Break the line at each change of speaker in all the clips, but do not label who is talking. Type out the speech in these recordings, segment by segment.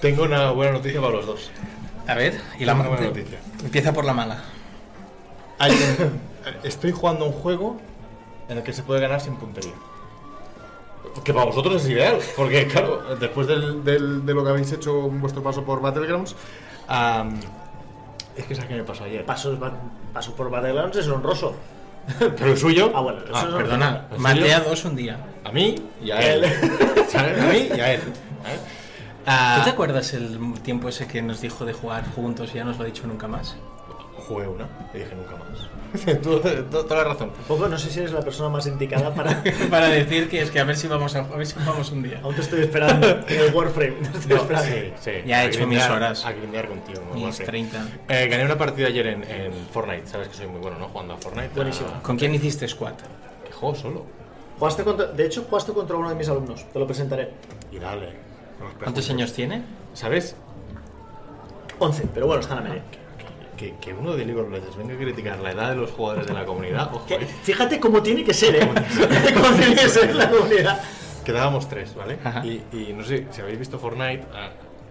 Tengo una buena noticia para los dos.
A ver, y la
Tengo
mala
una buena noticia.
Empieza por la mala.
Hay un- Estoy jugando un juego en el que se puede ganar sin puntería. Que para vosotros es ideal, porque claro, después del- del- de lo que habéis hecho en vuestro paso por Battlegrounds, am, es que sabes que me pasó ayer.
Pasos, va- paso por Battlegrounds es honroso.
Pero el suyo,
Ah, bueno, eso
Ah,
es honroso.
Perdona,
¿En
maté
serio?
a dos un día.
a mí y a él. ¿Sabes? a mí y a él. ¿Eh? Ah,
¿Tú te acuerdas el tiempo ese que nos dijo de jugar juntos y ya no os lo ha dicho nunca más?
Jugué una y dije nunca más. Tú- tú- Toda la razón.
Poco no sé si eres la persona más indicada para.
Para decir que es que a ver si vamos a, a ver si vamos un día.
Aún te estoy esperando en el Warframe. Te estoy
No,
esperando.
sí, sí.
eh, Ya he
A
hecho
grindear-
mis horas.
A grindear contigo. ¿no?
Mis
Sí.
30.
Eh, gané una partida ayer en, en Fortnite. Sabes que soy muy bueno, ¿no? Jugando a Fortnite.
Buenísimo.
Ah,
¿Con quién hiciste squat?
que juego solo.
Jugaste contra- de hecho, jugaste contra uno de mis alumnos. Te lo presentaré.
Y dale. No, espera,
¿Cuántos
porque-
años tiene?
¿Sabes?
11, pero bueno, está en la media.
Que, que uno de League of Legends venga a criticar la edad de los jugadores de la comunidad. Ojo,
Que-
eh.
fíjate cómo tiene que ser, ¿eh? Fíjate cómo tiene que ser la comunidad.
Quedábamos tres, ¿vale?
Ajá.
Y, y no sé si habéis visto Fortnite, a-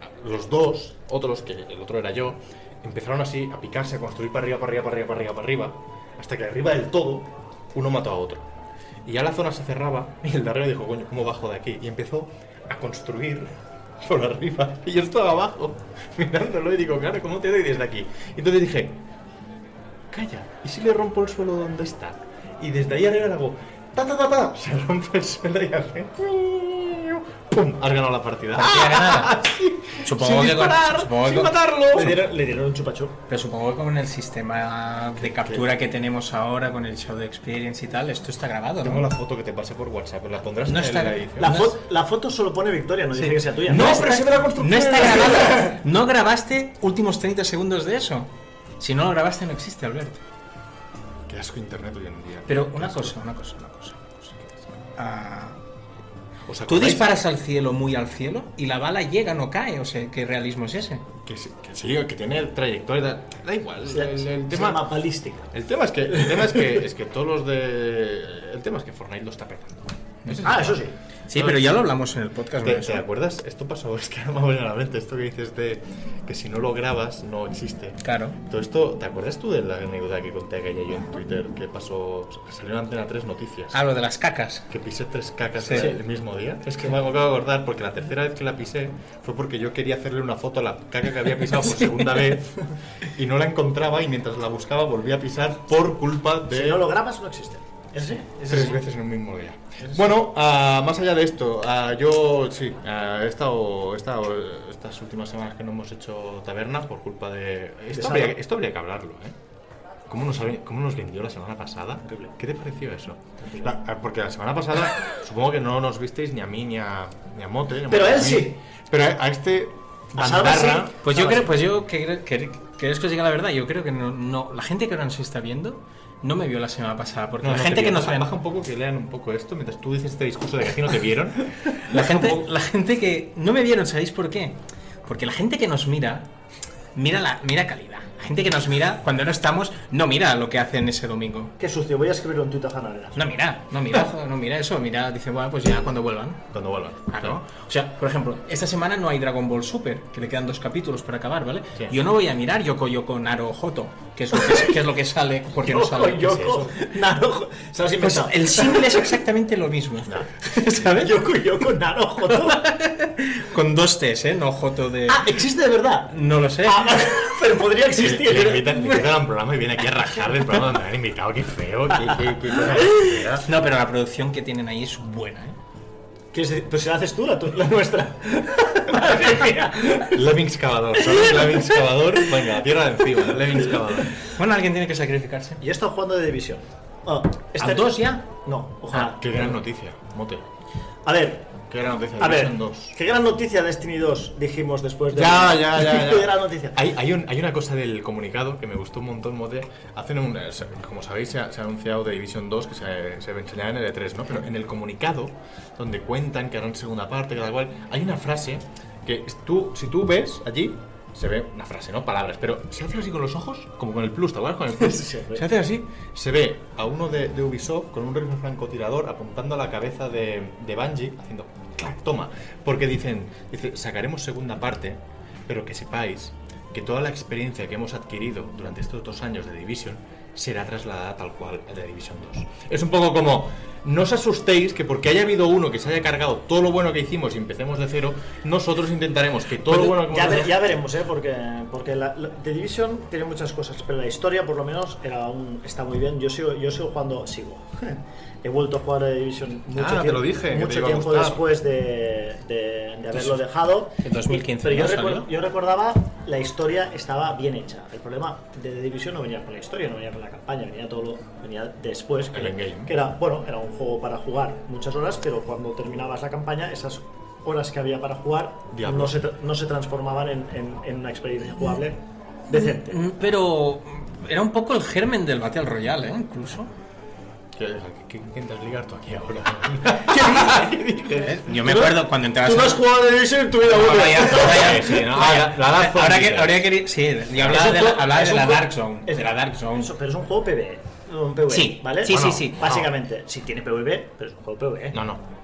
a- los dos, otros, que el otro era yo, empezaron así a picarse, a construir para arriba, para arriba, para arriba, para arriba, para arriba, hasta que arriba del todo uno mató a otro. Y ya la zona se cerraba y el de arriba dijo, coño, ¿cómo bajo de aquí? Y empezó a construir por arriba. Y yo estaba abajo, mirándolo y digo, claro, ¿cómo te doy desde aquí? Y entonces dije, calla, ¿y si le rompo el suelo donde está? Y desde ahí arriba le hago, ta ta ta ta, se rompe el suelo y hace, pum, has ganado la partida.
Partida ganada.
Sí,
Supongo
sin
que con-
disparar,
supongo
sin
que-
matarlo.
Le dieron, le dieron un chupachup.
Pero supongo que con el sistema de captura que tenemos ahora, con el show de experience y tal, esto está grabado,
Tengo
¿no?
la foto que te pasé por WhatsApp, la pondrás
No
en
está-
la edición.
La,
No
fo- la foto solo pone Victoria, no dice que sea tuya.
No,
está-
pero se ve la construcción.
No está grabado. No grabaste últimos 30 segundos de eso. Si no lo grabaste, no existe, Alberto.
Qué asco internet hoy en día.
Pero una cosa, una cosa, una cosa. una cosa. Ah,
¿Os
Tú
acordáis?
disparas al cielo, muy al cielo, y la bala llega, no cae. O sea, ¿qué realismo es ese?
Que, sí- que sí, que tiene trayectoria. Da, da igual.
Se,
el, el
se
tema,
llama balística.
el tema es que, el tema es que, es que todos los de, el tema es que Fortnite lo está petando. Ese es el
Ah,
tema.
eso sí.
Sí, pero ya lo hablamos en el podcast.
¿Te,
¿no?
te acuerdas? Esto pasó, es que ahora me viene a la mente esto que dices de que si no lo grabas no existe.
Claro.
Todo esto, ¿te acuerdas tú de la anécdota que conté aquella yo en Twitter que pasó, que salió en Antena tres noticias?
Ah, lo de las cacas.
Que pisé tres cacas
Sí.
el mismo día. Es que me acabo de acordar porque la tercera vez que la pisé fue porque yo quería hacerle una foto a la caca que había pisado por segunda vez y no la encontraba y mientras la buscaba volví a pisar por culpa de
Si no lo grabas, no existe. ¿Es así? ¿Es
tres
así.
veces en un mismo día. Bueno, ah, más allá de esto, ah, yo sí, ah, he, estado, he estado, eh, estas últimas semanas que no hemos hecho taberna por culpa de... Esto,
Sara.
habría, esto habría que hablarlo, ¿eh? ¿Cómo nos, ha- ¿Cómo nos vendió la semana pasada?
Terrible.
¿Qué te pareció eso? La- ah, porque la semana pasada supongo que no nos visteis ni a mí ni a, ni a Mote. ni a
Pero
Mote,
él
ni a mí.
sí.
Pero a, a este
A Salva
bandarra...
sí.
Pues yo
Vale.
creo, pues yo que, que- ¿queréis que os diga la verdad? Yo creo que no, no- la gente que ahora nos está viendo no me vio la semana pasada, porque
No,
la
no te
gente que
vieron.
nos
Baja-
ve,
Baja un poco que lean un poco esto mientras tú dices este discurso de que aquí no te vieron.
la gente, la gente que no me vieron, ¿sabéis por qué? Porque la gente que nos mira mira la mira calidad. La gente que nos mira cuando no estamos no mira lo que hacen ese domingo.
Qué sucio, voy a escribir un tuit a Janareras.
No mira, no mira, no mira eso, mira, dice, bueno, pues ya cuando vuelvan.
Cuando vuelvan.
Claro. O sea, por ejemplo, esta semana no hay Dragon Ball Super, que le quedan dos capítulos para acabar, ¿vale?
Sí.
Yo no voy a mirar Yoko Yoko Naro Joto, que es lo que, que es lo que sale, porque no sale. ¿Qué es
Yoko,
eso?
Narojo. Se lo
Pues
has inventado.
el símil es exactamente lo mismo. ¿Sabes?
Yoko, Yoko, Narojo.
Con dos T's, ¿eh? No Joto de.
Ah, existe de verdad.
No lo sé.
Ah, pero podría
Sí, le,
existir.
invitan, le invitan a un programa y viene aquí a rajar del programa donde me han invitado. Qué feo, qué, qué, qué cosa de fea.
No, pero la producción que tienen ahí es buena, ¿eh?
Quieres decir, Pues si la haces tú, la, tu- la nuestra. Madre mía.
Lemming excavador, ¿sabes? Lemming excavador. Venga, tierra de encima. Lemming excavador.
Bueno, alguien tiene que sacrificarse.
Yo he estado jugando de división. Ah,
¿A dos ya?
No, ojalá.
Qué gran noticia, Mote.
A ver,
Qué gran noticia.
a ver.
Division 2.
Qué gran noticia Destiny 2 dijimos después de.
Ya, ya, ya. ya.
Qué gran noticia.
Hay, hay, un- hay una cosa del comunicado que me gustó un montón, Mote. Hacen un, eh, se- como sabéis, se ha, se ha anunciado de Division 2 que se, se enseñará en el E3, ¿no? Pero en el comunicado, donde cuentan que harán segunda parte, que tal cual, hay una frase que es- tú, si tú ves allí, se ve una frase, ¿no? Palabras, pero se hace así con los ojos, como con el plus, ¿te acuerdas? Con el plus.
Sí, sí.
se hace así, se ve a uno de, de Ubisoft con un rifle francotirador apuntando a la cabeza de, de Bungie, haciendo clac, toma. Porque dicen, dice, sacaremos segunda parte, pero que sepáis que toda la experiencia que hemos adquirido durante estos dos años de Division será trasladada tal cual a The Division 2. Es un poco como, no os asustéis que porque haya habido uno que se haya cargado todo lo bueno que hicimos y empecemos de cero, nosotros intentaremos que todo lo
Pues
bueno que hemos
ya, ve-
hecho-
ya veremos, ¿eh? Porque, porque la, la- The Division tiene muchas cosas, pero la historia, por lo menos, era un- está muy bien. Yo sigo, yo sigo jugando, sigo. He vuelto a jugar a The Division mucho
Ah, te
tiempo,
lo dije, que te
mucho
iba a
tiempo
gustar.
después de, de- de haberlo dejado.
en 2015,
Pero yo,
¿no?
recuer-
salió.
yo recordaba, la historia estaba bien hecha. El problema de The Division no venía con la historia, no venía con la campaña, venía todo lo, venía después.
El endgame.
que era, bueno, era un juego para jugar muchas horas, pero cuando terminabas la campaña, esas horas que había para jugar
Diablo.
no se, tra- no se transformaban en, en- en una experiencia jugable decente.
Mm, Pero era un poco el germen del Battle Royale, ¿eh? Incluso.
¿Qué, a qué intentas ligar tú aquí ahora?
¿Eh? Yo me acuerdo cuando entrabas
Tú
a-
no has jugado a The Division en tu vida,
Ahora
Google.
ya- ahora ya-
Sí, no,
ahora-
la Dark Zone
ahora que-
dices.
ahora que- Sí, y hablaba
Es
de
un
la,
juego-
hablaba de
es un
la
juego-
Dark Zone.
es-
de la Dark Zone.
eso- pero es un juego PvE. Un PvE,
Sí,
¿vale?
sí,
Ah,
sí,
no,
sí.
Básicamente, sí tiene PvE, pero es un juego E. PvE.
No, no.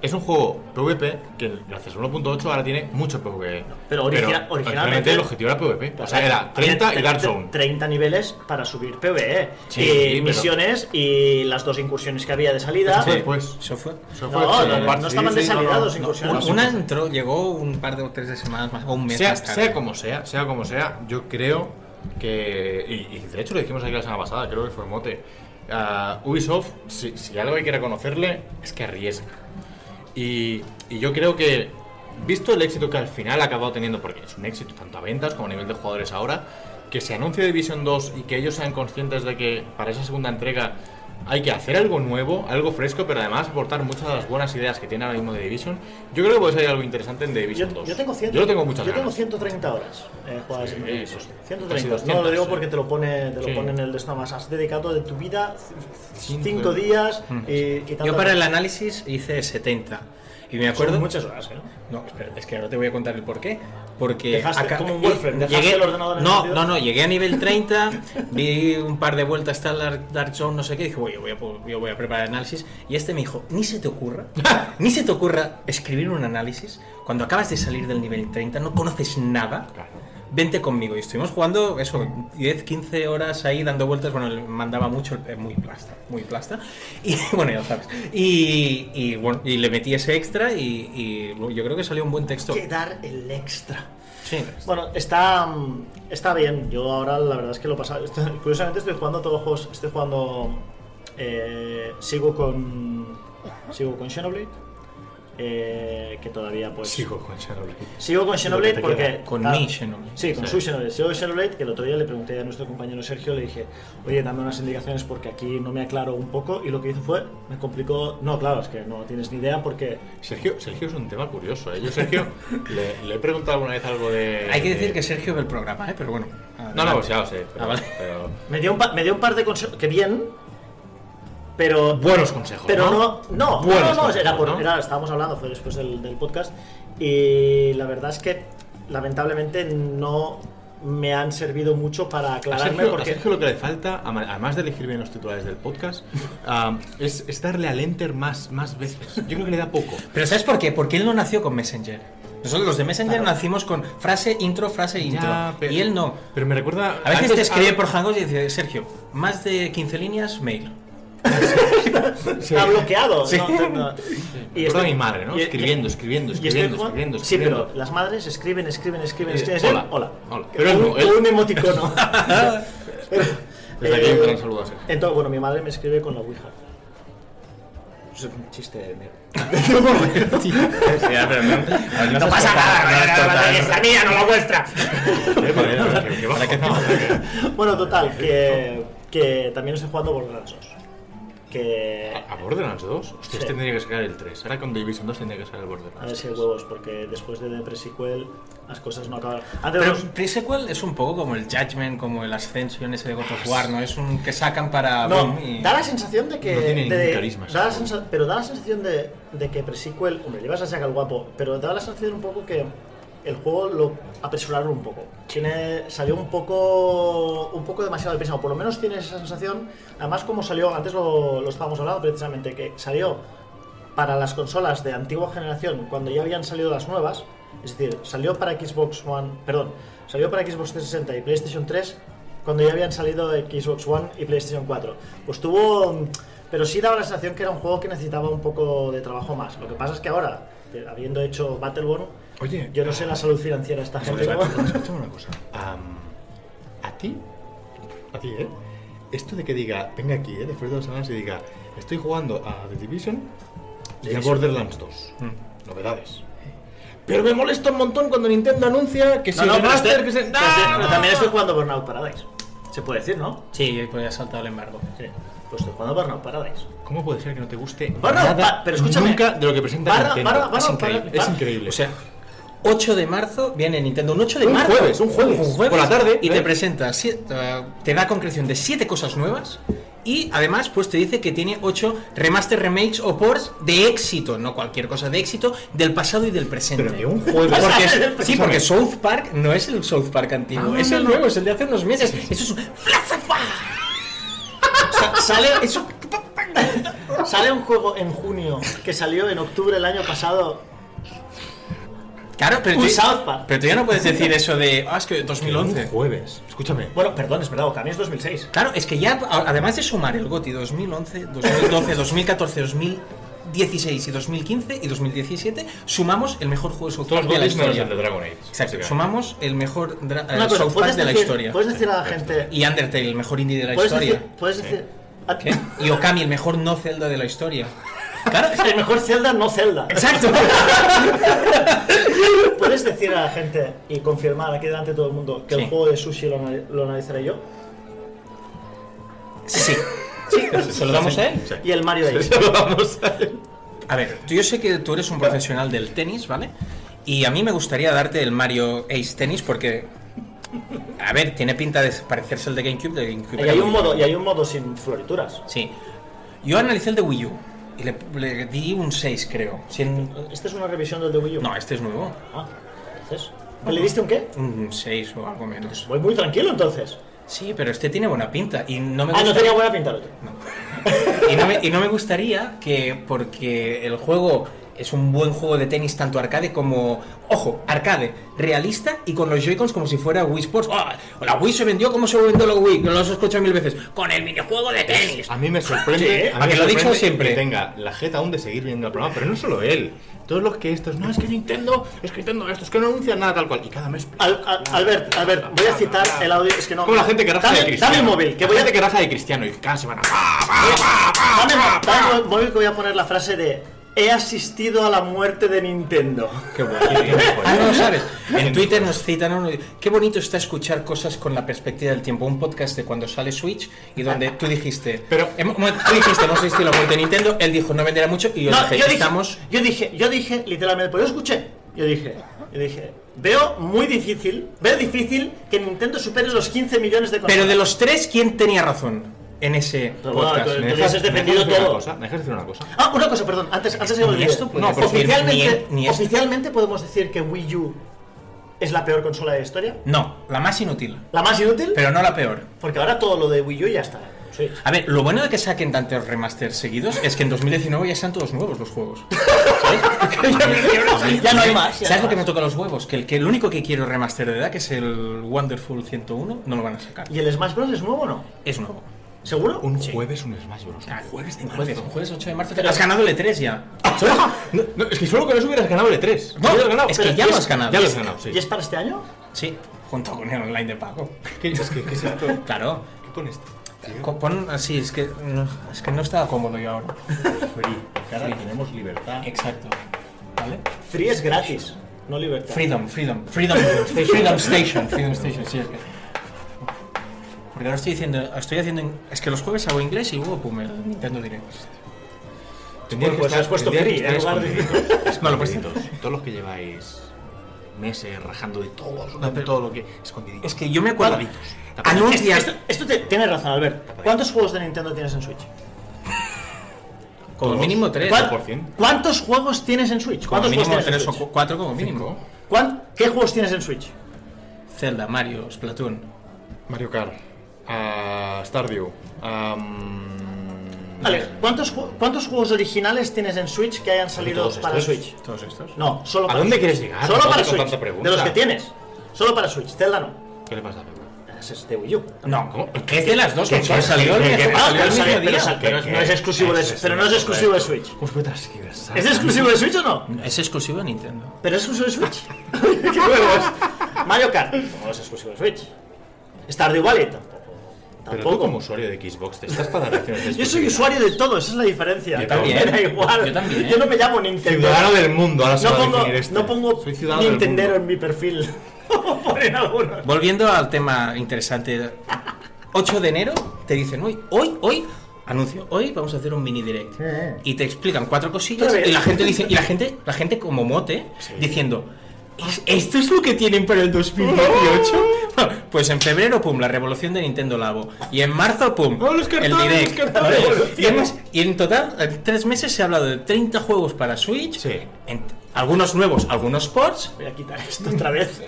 Es un juego PvP que gracias a 1.8 ahora tiene mucho PvP.
Pero origi- originalmente-
originalmente el objetivo era PvP. O sea, era 30 y Dark Zone.
30 niveles para subir PvE.
Sí,
y
sí, pero-
eh, misiones y las dos incursiones que había de salida.
Sí, pues.
Eso fue.
Eso
No,
fue-
no,
sí,
no,
parte-
no estaban
sí, sí,
desalidados
no, no.
incursiones.
Una, una entró, llegó un par de o tres de semanas más, o un mes
sea,
más tarde.
sea como sea, sea como sea, yo creo que. Y, y de hecho lo dijimos aquí la semana pasada, creo que fue Mote. a Ubisoft, si, si algo hay que reconocerle, es que arriesga. Y, y yo creo que, visto el éxito que al final ha acabado teniendo, porque es un éxito tanto a ventas como a nivel de jugadores ahora, que se anuncie Division 2 y que ellos sean conscientes de que para esa segunda entrega hay que hacer algo nuevo, algo fresco, pero además aportar muchas de las buenas ideas que tiene ahora mismo The Division. Yo creo que puede salir algo interesante en The
Yo,
Division 2.
yo tengo cien-
Yo lo tengo muchas
yo tengo
ganas.
130 horas eh, jugadas en
Sí,
Division.
pues, casi
130.
200,
no lo digo
sí.
porque te lo pone, te lo
Sí.
pone en el de más. Has dedicado de tu vida
Cinco. Mm.
5 días y, y
Yo
tantas-
para el análisis hice 70. Y me
Son
acuerdo.
muchas horas, ¿eh?
No, espera, es que ahora te voy a contar el porqué. Porque.
Dejaste como un Warframe, dejaste el ordenador en
No,
el
no, no, llegué a nivel 30, vi un par de vueltas hasta Dark, Dark Zone, no sé qué, y dije, "Oye, yo voy, a, po- yo voy a preparar el análisis. Y este me dijo, ni se te ocurra, ni se te ocurra escribir un análisis cuando acabas de salir del nivel 30, no conoces nada.
Claro.
Vente conmigo. Y estuvimos jugando eso, 10, 15 horas ahí dando vueltas. Bueno, él mandaba mucho, eh, muy plasta, muy plasta. Y bueno, ya sabes. Y, y, bueno, y le metí ese extra y, y lo- yo creo que salió un buen texto.
Que dar el extra.
Sí.
Bueno, está, mm, está bien. Yo ahora la verdad es que lo he pasado. estoy- curiosamente estoy jugando a todos los juegos. Estoy jugando. eh, sigo con. Sigo con Xenoblade. eh, que todavía pues.
Sigo con Xenoblade.
Sigo con
Lo
Xenoblade
que te
porque.
queda.
Con mi Xenoblade.
Sí, con su Xenoblade. Sigo con Xenoblade que el otro día le pregunté a nuestro compañero Sergio, le dije, oye, dame unas indicaciones porque aquí no me aclaro un poco. Y lo que hizo fue, me complicó. No, claro, es que no tienes ni idea porque.
Sergio, Sergio es un tema curioso, ¿eh? Yo, Sergio, le, le he preguntado alguna vez algo de.
Hay que decir
de-
que Sergio ve el programa, ¿eh? pero bueno.
No, no,
adelante.
pues ya lo sé. Pero,
Ah, vale.
pero-
Me dio un, pa- me dio un par de consejos. Que bien. Pero.
Buenos consejos.
Pero no, no, no,
Buenos
no,
consejos,
era por,
¿no?
era- estábamos hablando, fue después del, del podcast. Y la verdad es que, lamentablemente, no me han servido mucho para
A
aclararme
Sergio, a
porque.
Sergio lo que le falta, ama- además de elegir bien los titulares del podcast, am, es, es darle al enter más, más veces. Yo creo que le da poco.
Pero ¿sabes por qué? Porque él no nació con Messenger. Nosotros los de Messenger
Claro.
nacimos con frase, intro, frase, intro.
Ya, pero-
Y él no.
Pero me recuerda.
A veces
antes-
te escribe
ah,
por Hangouts y dice, Sergio, más de 15 líneas, mail.
Está bloqueado.
Sí.
no, no, no.
Me recuerda a mi madre, ¿no?
y-
Escribiendo, escribiendo,
y estoy
escribiendo,
jugando-
escribiendo,
Sí,
escribiendo.
pero las madres escriben, escriben, escriben,
Eh,
escriben.
hola,
escriben, hola.
hola. Pero él no,
un,
él-
un emoticono.
Desde aquí un gran saludo a Sergio.
Entonces, bueno, mi madre me escribe con la Ouija. Es un chiste de mierda.
No pasa nada, es la mía, no la vuestra.
Eh, para- que- que bajo, ¿no?
Bueno, total, que, que también estoy jugando Borderlands 2. Que.
¿A, a Borderlands 2? Hostia, este
Sí.
tendría que sacar el 3. Ahora con Division 2 tendría que sacar el Borderlands
A ver si hay
3.
huevos, porque después de The Pre-Sequel las cosas no acaban. Antes
Pero
los-
pre-sequel es un poco como el Judgment, como el Ascension ese de God of War, ¿no? Es un que sacan para...
No,
boom y-
da la sensación de que.
No tiene
de-
ningún carisma,
da la
ese
sensa- pero da la sensación de, de que Pre-Sequel. Hombre, llevas a sacar el guapo, pero da la sensación un poco que. el juego lo apresuraron un poco. Tiene, salió un poco, un poco demasiado deprisa, o por lo menos tienes esa sensación. Además, como salió, antes lo, lo estábamos hablando precisamente, que salió para las consolas de antigua generación cuando ya habían salido las nuevas. Es decir, salió para Xbox One, perdón, salió para Xbox 360 y PlayStation 3 cuando ya habían salido Xbox One y PlayStation 4. Pues tuvo, pero sí daba la sensación que era un juego que necesitaba un poco de trabajo más. Lo que pasa es que ahora, eh, habiendo hecho Battleborn,
Oye,
yo no sé la salud financiera de esta gente. ¿no?
Escúchame una cosa. Am, a ti, a ti, ¿eh? Esto de que diga, venga aquí, ¿eh? Después de dos semanas y diga, estoy jugando a The Division y a
Division.
Borderlands 2.
Mm.
Novedades. Pero me molesta un montón cuando Nintendo anuncia que si
No, no,
el
pero
remaster,
este-
que se...
pero este-
¡Ah!
pero también estoy jugando Burnout Paradise. Se puede decir, ¿no?
Sí, pues ya ha saltado el embargo.
Sí. Pues estoy jugando Burnout Paradise.
¿Cómo puede ser que no te guste
Barra-
nada,
ba- pero escúchame.
nunca de lo que presenta
Barra-
Nintendo?
barra- barra-
es increíble,
barra-
es
barra-
increíble.
O sea, 8 de marzo viene Nintendo. Un 8 de
Un
marzo.
jueves, un jueves, por la tarde,
Y
¿eh?
te presenta, siete- eh, te da concreción de 7 cosas nuevas. Y además, pues te dice que tiene 8 remaster, remakes o ports de éxito. No cualquier cosa de éxito, del pasado y del presente.
pero que un juego...
Porque es- sí,
Escúchame.
porque South Park no es el South Park antiguo,
Ah,
es
no,
el
no.
nuevo, es el de hace unos meses. Eso es un O sea, sale eso.
Sale un juego en junio que salió en octubre el año pasado.
Claro, pero
Un
tú,
South Park.
pero tú ya no puedes decir eso de, ah, es que
Que
2011.
Un jueves, escúchame.
Bueno, perdón, es verdad, Okami es 2006.
Claro, es que ya, a- además de sumar el GOTI 2011, 2012, 2014, 2016 y 2015 y 2017, sumamos el mejor juego de South
Todos
Park
los
de la
goles menos el de
historia.
Dragon Age.
Exacto,
básicamente.
sumamos el mejor dra- eh,
Una cosa,
South Park de la
decir-
historia.
Puedes decir a la gente.
Y Undertale, el mejor indie de la
puedes
historia.
decir. Puedes decir. ah,
¿Qué? Y Okami, el mejor no Zelda de la historia. Claro,
El Ah, mejor Zelda, no Zelda.
exacto.
¿Puedes decir a la gente y confirmar aquí delante de todo el mundo que
Sí.
el juego de sushi lo, anal- lo analizaré yo?
Sí. sí. ¿Se lo damos a él?
Y el Mario ahí.
Vamos a ver.
A ver, tú- yo sé que tú eres un profesional del tenis, ¿vale? Y a mí me gustaría darte el Mario Ace Tennis porque. A ver, tiene pinta de parecerse al de GameCube. De GameCube
Y hay un modo, y hay un modo sin florituras.
Sí. Yo analicé el de Wii U y le, le di un 6, creo. Sin-
Esta es una revisión del de Wii U.
No, este es nuevo.
Ah, entonces. ¿Le diste un qué? Pues
Un 6 o algo menos.
Voy muy tranquilo entonces.
Sí, pero este tiene buena pinta y no me
Ah, no
gusta-
tenía buena pinta el otro.
y, no me, y no me gustaría que, porque el juego es un buen juego de tenis, tanto arcade como. Ojo, arcade, realista y con los Joy-Cons como si fuera Wii Sports. ¡Ah! la Wii se vendió como se vendió la Wii, que lo has escuchado mil veces. Con el minijuego de tenis.
A mí me sorprende,
Sí,
a mí
que
me
lo he dicho
sorprende
siempre.
que tenga la jeta aún de seguir viendo el programa, pero no solo él. Todos los que estos, no, es que Nintendo, es que Nintendo esto, es que no anuncian nada tal cual. Y cada mes.
Al- al- Albert, Albert, voy a citar el audio. Es que no.
Como la gente que raja
dame,
de Cristiano.
Dame el móvil, que
La
voy a.
gente que raja de Cristiano y cada semana. ¡ah!
Dame, dame el móvil que voy a poner la frase de. He asistido a la muerte de Nintendo.
Qué bueno. qué bien,
Ah, no
joder.
lo sabes. En Twitter nos citan a uno. y- Qué bonito está escuchar cosas con la perspectiva del tiempo. Un podcast de cuando sale Switch y donde tú dijiste.
Pero-
Hemos- tú dijiste, hemos visto la muerte de Nintendo. Él dijo, no venderá mucho. Y yo
No,
dije,
yo, dije,
estamos.
yo dije, yo dije, literalmente, pues yo escuché. Yo dije, yo dije, veo muy difícil, veo difícil que Nintendo supere los 15 millones de
Pero
consolas.
de los tres, ¿quién tenía razón en ese
Pero bueno,
podcast?
tú-
¿Me
tú
dejas-
dices- has
¿Me dejas
defendido
decir una
todo.
cosa? ¿Me dejas decir una cosa?
Ah, una cosa, perdón, antes, antes de que me
Ni
olvide.
esto puedes
No,
decir,
oficialmente,
ni- ni esto.
oficialmente podemos decir que Wii U es la peor consola de la historia.
No, la más inútil,
La más inútil,
pero no la peor.
porque ahora todo lo de Wii U ya está. en Switch.
A ver, lo bueno de que saquen tantos remasters seguidos es que en 2019 ya sean todos nuevos los juegos. ¿Sabes? Porque ya me-
Ya no hay más, ya no
¿Sabes
hay
lo que me
más.
toca los huevos? Que el, que el único que quiero remaster de edad, que es el Wonderful 101, no lo van a sacar.
¿Y el Smash Bros es nuevo o no?
Es nuevo.
¿Seguro?
Un jueves, un Smash Bros. Un jueves de
Ah, Jueves,
marzo.
jueves 8 de marzo. Has ganado el E3 ya.
No, no, es que solo con eso hubieras ganado el E3.
No,
Hubieras ganado.
es que
Pero-
ya lo has ganado.
Ya lo has ganado, sí.
¿Y es para este año?
Sí, junto con el online de pago.
¿Qué, es que, ¿Qué es esto? ¿Qué
Claro.
pones? este, tío?
Co- Pon así, es que no, es que no estaba cómodo yo ahora.
Free. Cara, tenemos libertad.
Exacto. ¿Vale?
Free es gratis, no libertad.
Freedom, freedom, freedom, freedom station, freedom station, sí, es que... Porque ahora estoy diciendo, estoy haciendo, en- es que los jueves hago inglés y pues luego pum, el Nintendo Direct.
Tendría
Pues has puesto
tendría
free,
que
en
estar
¿eh?
lugar de-
escondiditos.
No, lo he puesto.
Escondiditos. Todos los que lleváis meses rajando de todo, absolutamente todo lo que. Escondiditos.
Es que yo me acuerdo, Ah,
Tapaditos. Tapaditos.
anuncian,
Esto, esto te- tienes razón, Albert. ¿Cuántos juegos de Nintendo tienes en Switch?
como
Todos.
mínimo tres,
¿Cuál?
como
¿Cuán-
100%.
¿Cuántos juegos tienes en Switch? ¿Cuántos
mínimo
juegos tienes en
tres o
Switch?
cu- cuatro como mínimo.
Cinco.
¿Cuán- ¿Qué juegos tienes en Switch?
Zelda, Mario, Splatoon.
Mario Kart, a Stardew, a.
Alex, ¿cuántos, ju- ¿cuántos juegos originales tienes en Switch que hayan salido
todos
para
estos?
Switch?
Todos estos.
No, solo
¿A
para
dónde
Switch.
quieres llegar?
Solo
No
para
hagas
Switch.
tanta pregunta.
De los que tienes. Solo para Switch. Zelda no.
¿Qué le pasa a Zelda?
Ese es de Wii U.
No,
¿Cómo?
es de las dos?
¿Qué-
consolas?
qué-
Salió el
qué-
mismo-
qué-
ah,
salió
pero
el
salió
sale-
el mismo
pero,
día.
sal- pero
¿Qué-
no
qué?
es exclusivo de,
Eso es
pero no
una
es
cosa Pues
exclusivo de
esto.
Switch.
¿Cómo puede transgiversar?
¿Es exclusivo de Switch o no?
Es exclusivo de Nintendo.
Pero es exclusivo de Switch. ¿Qué juegos? Mario Kart. No es exclusivo de Switch. Stardew Valley tampoco.
Pero
Tampoco.
tú como usuario de Xbox te estás para reacciones
Yo soy usuario de todo, esa es la diferencia.
Yo también.
Me da igual.
Yo también.
no me llamo Nintendo.
Ciudadano del mundo, ahora se
No
va a
pongo,
definir este.
no pongo
Soy ciudadano del
Nintendero en
mundo.
mi perfil. Como ponen algunos.
Volviendo al tema interesante. 8 de enero te dicen, hoy, hoy, hoy, anuncio, hoy vamos a hacer un mini direct. Y te explican cuatro cosillas
Otra vez.
y la gente dice, y la gente, la gente como mote, diciendo, "¿Es- ¿esto es lo que tienen para el 2018? Pues en febrero, pum, la revolución de Nintendo Labo. Y en marzo, pum,
Oh, los cartones,
el
los
direct.
cartones.
Y, además- y en total, en tres meses se ha hablado de 30 juegos para Switch,
Sí.
en- algunos nuevos, algunos ports,
Voy a quitar esto otra vez.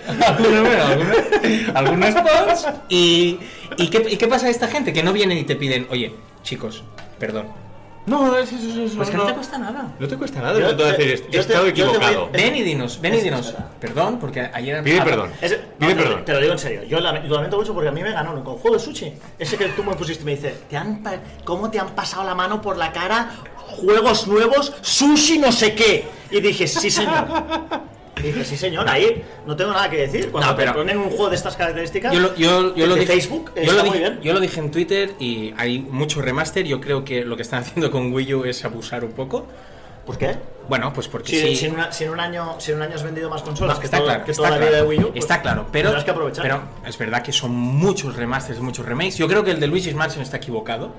algunos spots. ¿Y, y, qué, y qué pasa a esta gente? Que no vienen y te piden, oye, chicos, perdón.
No, es eso, eso, eso.
Pues que no te cuesta nada.
No te cuesta nada
Yo
de
te-
decir
yo
esto.
te-
He estado
yo te voy-
equivocado.
Ven y dinos, ven y dinos.
Espera.
Perdón, porque ayer. Ah,
Pide perdón.
Es- no,
Pide
te,
perdón.
te lo digo en serio. Yo lame- lo lamento mucho porque a mí me ganó un juego de sushi. Ese que tú me pusiste y me dice, ¿Te han pa- ¿cómo te han pasado la mano por la cara? Juegos nuevos, sushi no sé qué. Y dije, sí señor. Y dije, sí señor, ahí no tengo nada que decir. Cuando
No, pero-
te ponen un juego de estas características,
Yo lo, yo, yo
de
lo dije,
Facebook,
yo
está
lo
muy
dije-
bien.
yo lo dije en Twitter y hay mucho remaster. Yo creo que lo que están haciendo con Wii U es abusar un poco.
¿Por qué?
Bueno, pues porque
Si,
sí.
si en una- si en un año, si en un año has vendido más consolas que,
está
todo-
claro,
que
está
toda
claro,
la vida de Wii U, pues
está claro, pero,
tendrás que aprovechar.
pero es verdad que son muchos remasters, muchos remakes. Yo creo que el de Luigi's Mansion está equivocado.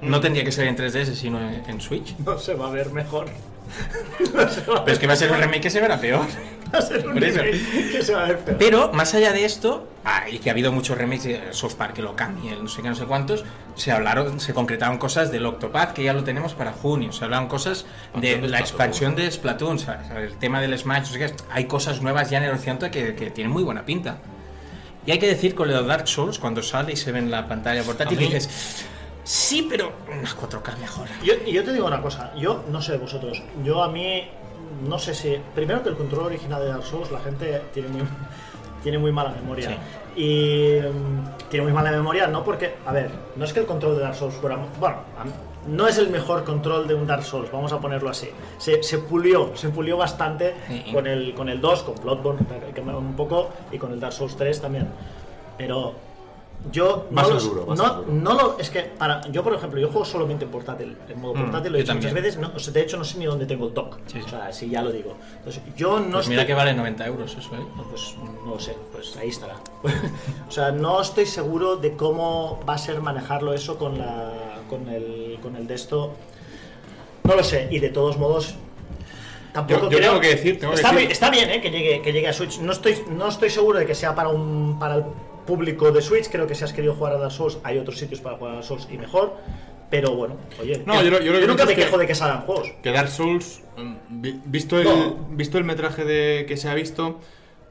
No
Mm.
tendría que ser en 3DS, sino en, en Switch.
no se va a ver mejor. no se va a
Pero es que va a ser un remake que se verá peor.
va a ser un
Por eso.
remake que se va a ver peor.
Pero más allá de esto, ah, y que ha habido muchos remakes de South Park que lo cambie, no sé qué, no sé cuántos, se hablaron, se concretaron cosas del Octopath que ya lo tenemos para junio, se hablaron cosas de
Octopath
la
Splatoon.
expansión de Splatoon, ¿sabes? el tema del Smash, no sé qué, hay cosas nuevas ya en el horizonte que, que tienen muy buena pinta. Y hay que decir con lo de Dark Souls, cuando sale y se ve en la pantalla portátil,
A mí-
dices, sí, pero unas 4K mejor.
Yo, y yo te digo una cosa, yo no sé vosotros, yo a mí no sé si. Primero que el control original de Dark Souls, la gente tiene muy, tiene muy mala memoria. Y mm, tiene muy mala memoria, no porque. A ver, no es que el control de Dark Souls fuera. mu- Bueno, a mí- no es el mejor control de un Dark Souls, vamos a ponerlo así. Se, se pulió, se pulió bastante
Sí.
con el, con el 2, con Bloodborne, que cambiaron un poco, y con el Dark Souls 3 también. Pero yo
Va a
no,
ser
los-
duro, va a
no-
ser duro.
no lo- es que para yo por ejemplo yo juego solamente en portátil en modo portátil lo he
Mm, yo
dicho muchas
también.
veces no, o sea, de hecho no sé ni dónde tengo el dock
Sí, sí.
o sea si ya lo digo entonces yo no
Pues mira
estoy-
que vale 90 euros eso, ¿eh?
no, pues no lo sé, pues ahí estará. o sea, no estoy seguro de cómo va a ser manejarlo eso con la con el con el de esto. No lo sé, y de todos modos tampoco
Yo- yo
creo
tengo que decir- tengo que
está,
decir-
bien- está bien, eh, que llegue que llegue a Switch. No estoy no estoy seguro de que sea para un para el público de Switch, creo que si has querido jugar a Dark Souls, hay otros sitios para jugar a Dark Souls y mejor, pero bueno, oye.
No, yo lo- yo lo que
nunca
pienso
me
es que-
quejo de que salgan juegos.
Que Dark Souls, mm, vi- visto el,
No.
visto el metraje de, que se ha visto,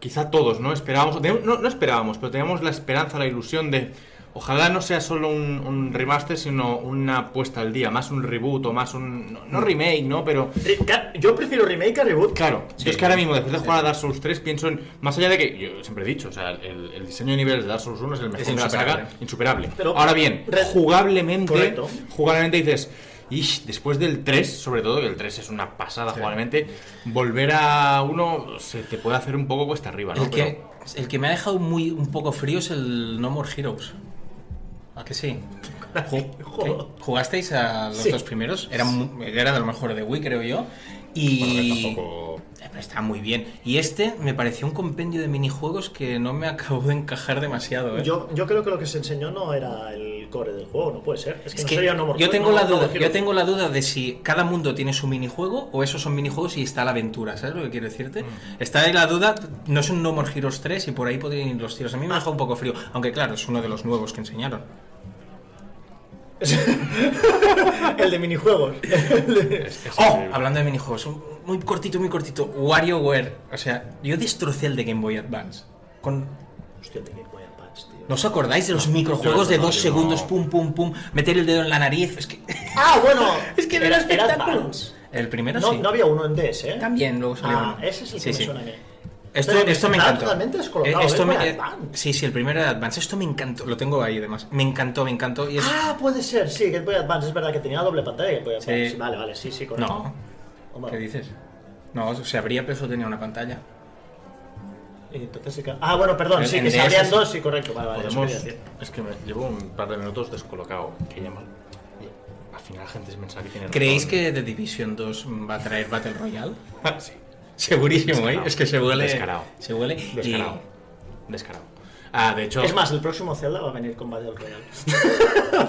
quizá todos, ¿no? Esperábamos, de- no, no esperábamos, pero teníamos la esperanza, la ilusión de. Ojalá no sea solo un, un remaster, sino una puesta al día, más un reboot o más un. No, no remake, ¿no? Pero.
Re- ca- Yo prefiero remake a reboot.
Claro,
Sí.
yo es que ahora mismo, después de jugar a Dark Souls 3, pienso en. Más allá de que. Yo siempre he dicho, o sea, el, el diseño de niveles de Dark Souls 1 es el mejor
Es
de la
insuperable.
saga, insuperable.
Pero-
ahora bien,
Re-
jugablemente.
Correcto.
Jugablemente dices. Ish, después del 3, sobre todo, que el 3 es una pasada jugablemente, volver a uno se te puede hacer un poco cuesta arriba, ¿no?
El que,
Pero-
el que me ha dejado muy un poco frío es el No More Heroes. ¿A que sí? Ju-
Joder.
¿qué? ¿Jugasteis a los
Sí.
dos primeros? Era, mu- era de lo mejor de Wii, creo yo. Y.
tampoco-
Eh, pero Está muy bien. Y este me pareció un compendio de minijuegos que no me acabó de encajar demasiado. ¿eh?
Yo, yo creo que lo que se enseñó no era el core del juego, no puede ser. Es que
Es
no
que
sería No More
yo
Heroes,
tengo
no-
la
No More
duda,
Heroes.
yo tengo la duda de si cada mundo tiene su minijuego o esos son minijuegos y está la aventura, ¿sabes lo que quiero decirte? Está ahí la duda, no es un No More Heroes 3 y por ahí podrían ir los tiros. A mí me dejó un poco frío, aunque claro, es uno de los nuevos que enseñaron.
El de minijuegos.
es- es
Oh,
increíble. ¡Oh!
hablando de minijuegos, un- muy cortito, muy cortito. WarioWare. O sea, yo destrocé el de Game Boy Advance. Con...
Hostia, de Game Boy Advance, tío.
¿No os acordáis de los microjuegos
yo
de
no,
dos
yo
segundos?
no.
Pum, pum, pum. Meter el dedo en la nariz. Es que.
Ah, bueno.
Es que no era espectáculo.
Advance.
El primero
No,
sí.
no había uno en DS, ¿eh?
También luego salió.
Ah,
uno.
ese es el que
Sí,
me
sí.
suena a mí.
Esto,
Pero
esto me
estaba
encantó.
totalmente descolocado,
Eh, esto
es
me-
muy
eh,
Advance.
sí, sí, el primero era Advance. Esto me encantó. Lo tengo ahí además. Me encantó, me encantó. Y es-
Ah, puede ser, sí, Game Boy Advance. Es verdad que tenía doble pantalla Game Boy Advance.
Sí.
Vale, vale, sí, sí, correcto.
no.
Hombre,
¿Qué dices? No, se abría, pero solo tenía una pantalla.
y entonces sí que- Ah, bueno, perdón,
En-
sí,
en
que se
DS,
abrían
sí.
dos, sí, correcto. Vale, vale, eso
Podemos.
quería decir.
Es que me llevo un par de minutos descolocado. Que llama. Al final, la gente se piensa que tiene.
¿Creéis
razón.
que The Division 2 va a traer Battle Royale?
Ah, sí.
Segurísimo,
Descarado.
¿eh? Es que se huele.
Descarado.
Se huele. y-
Descarado. Descarado. Ah, de hecho.
Es más, el próximo Zelda va a venir con Battle Royale.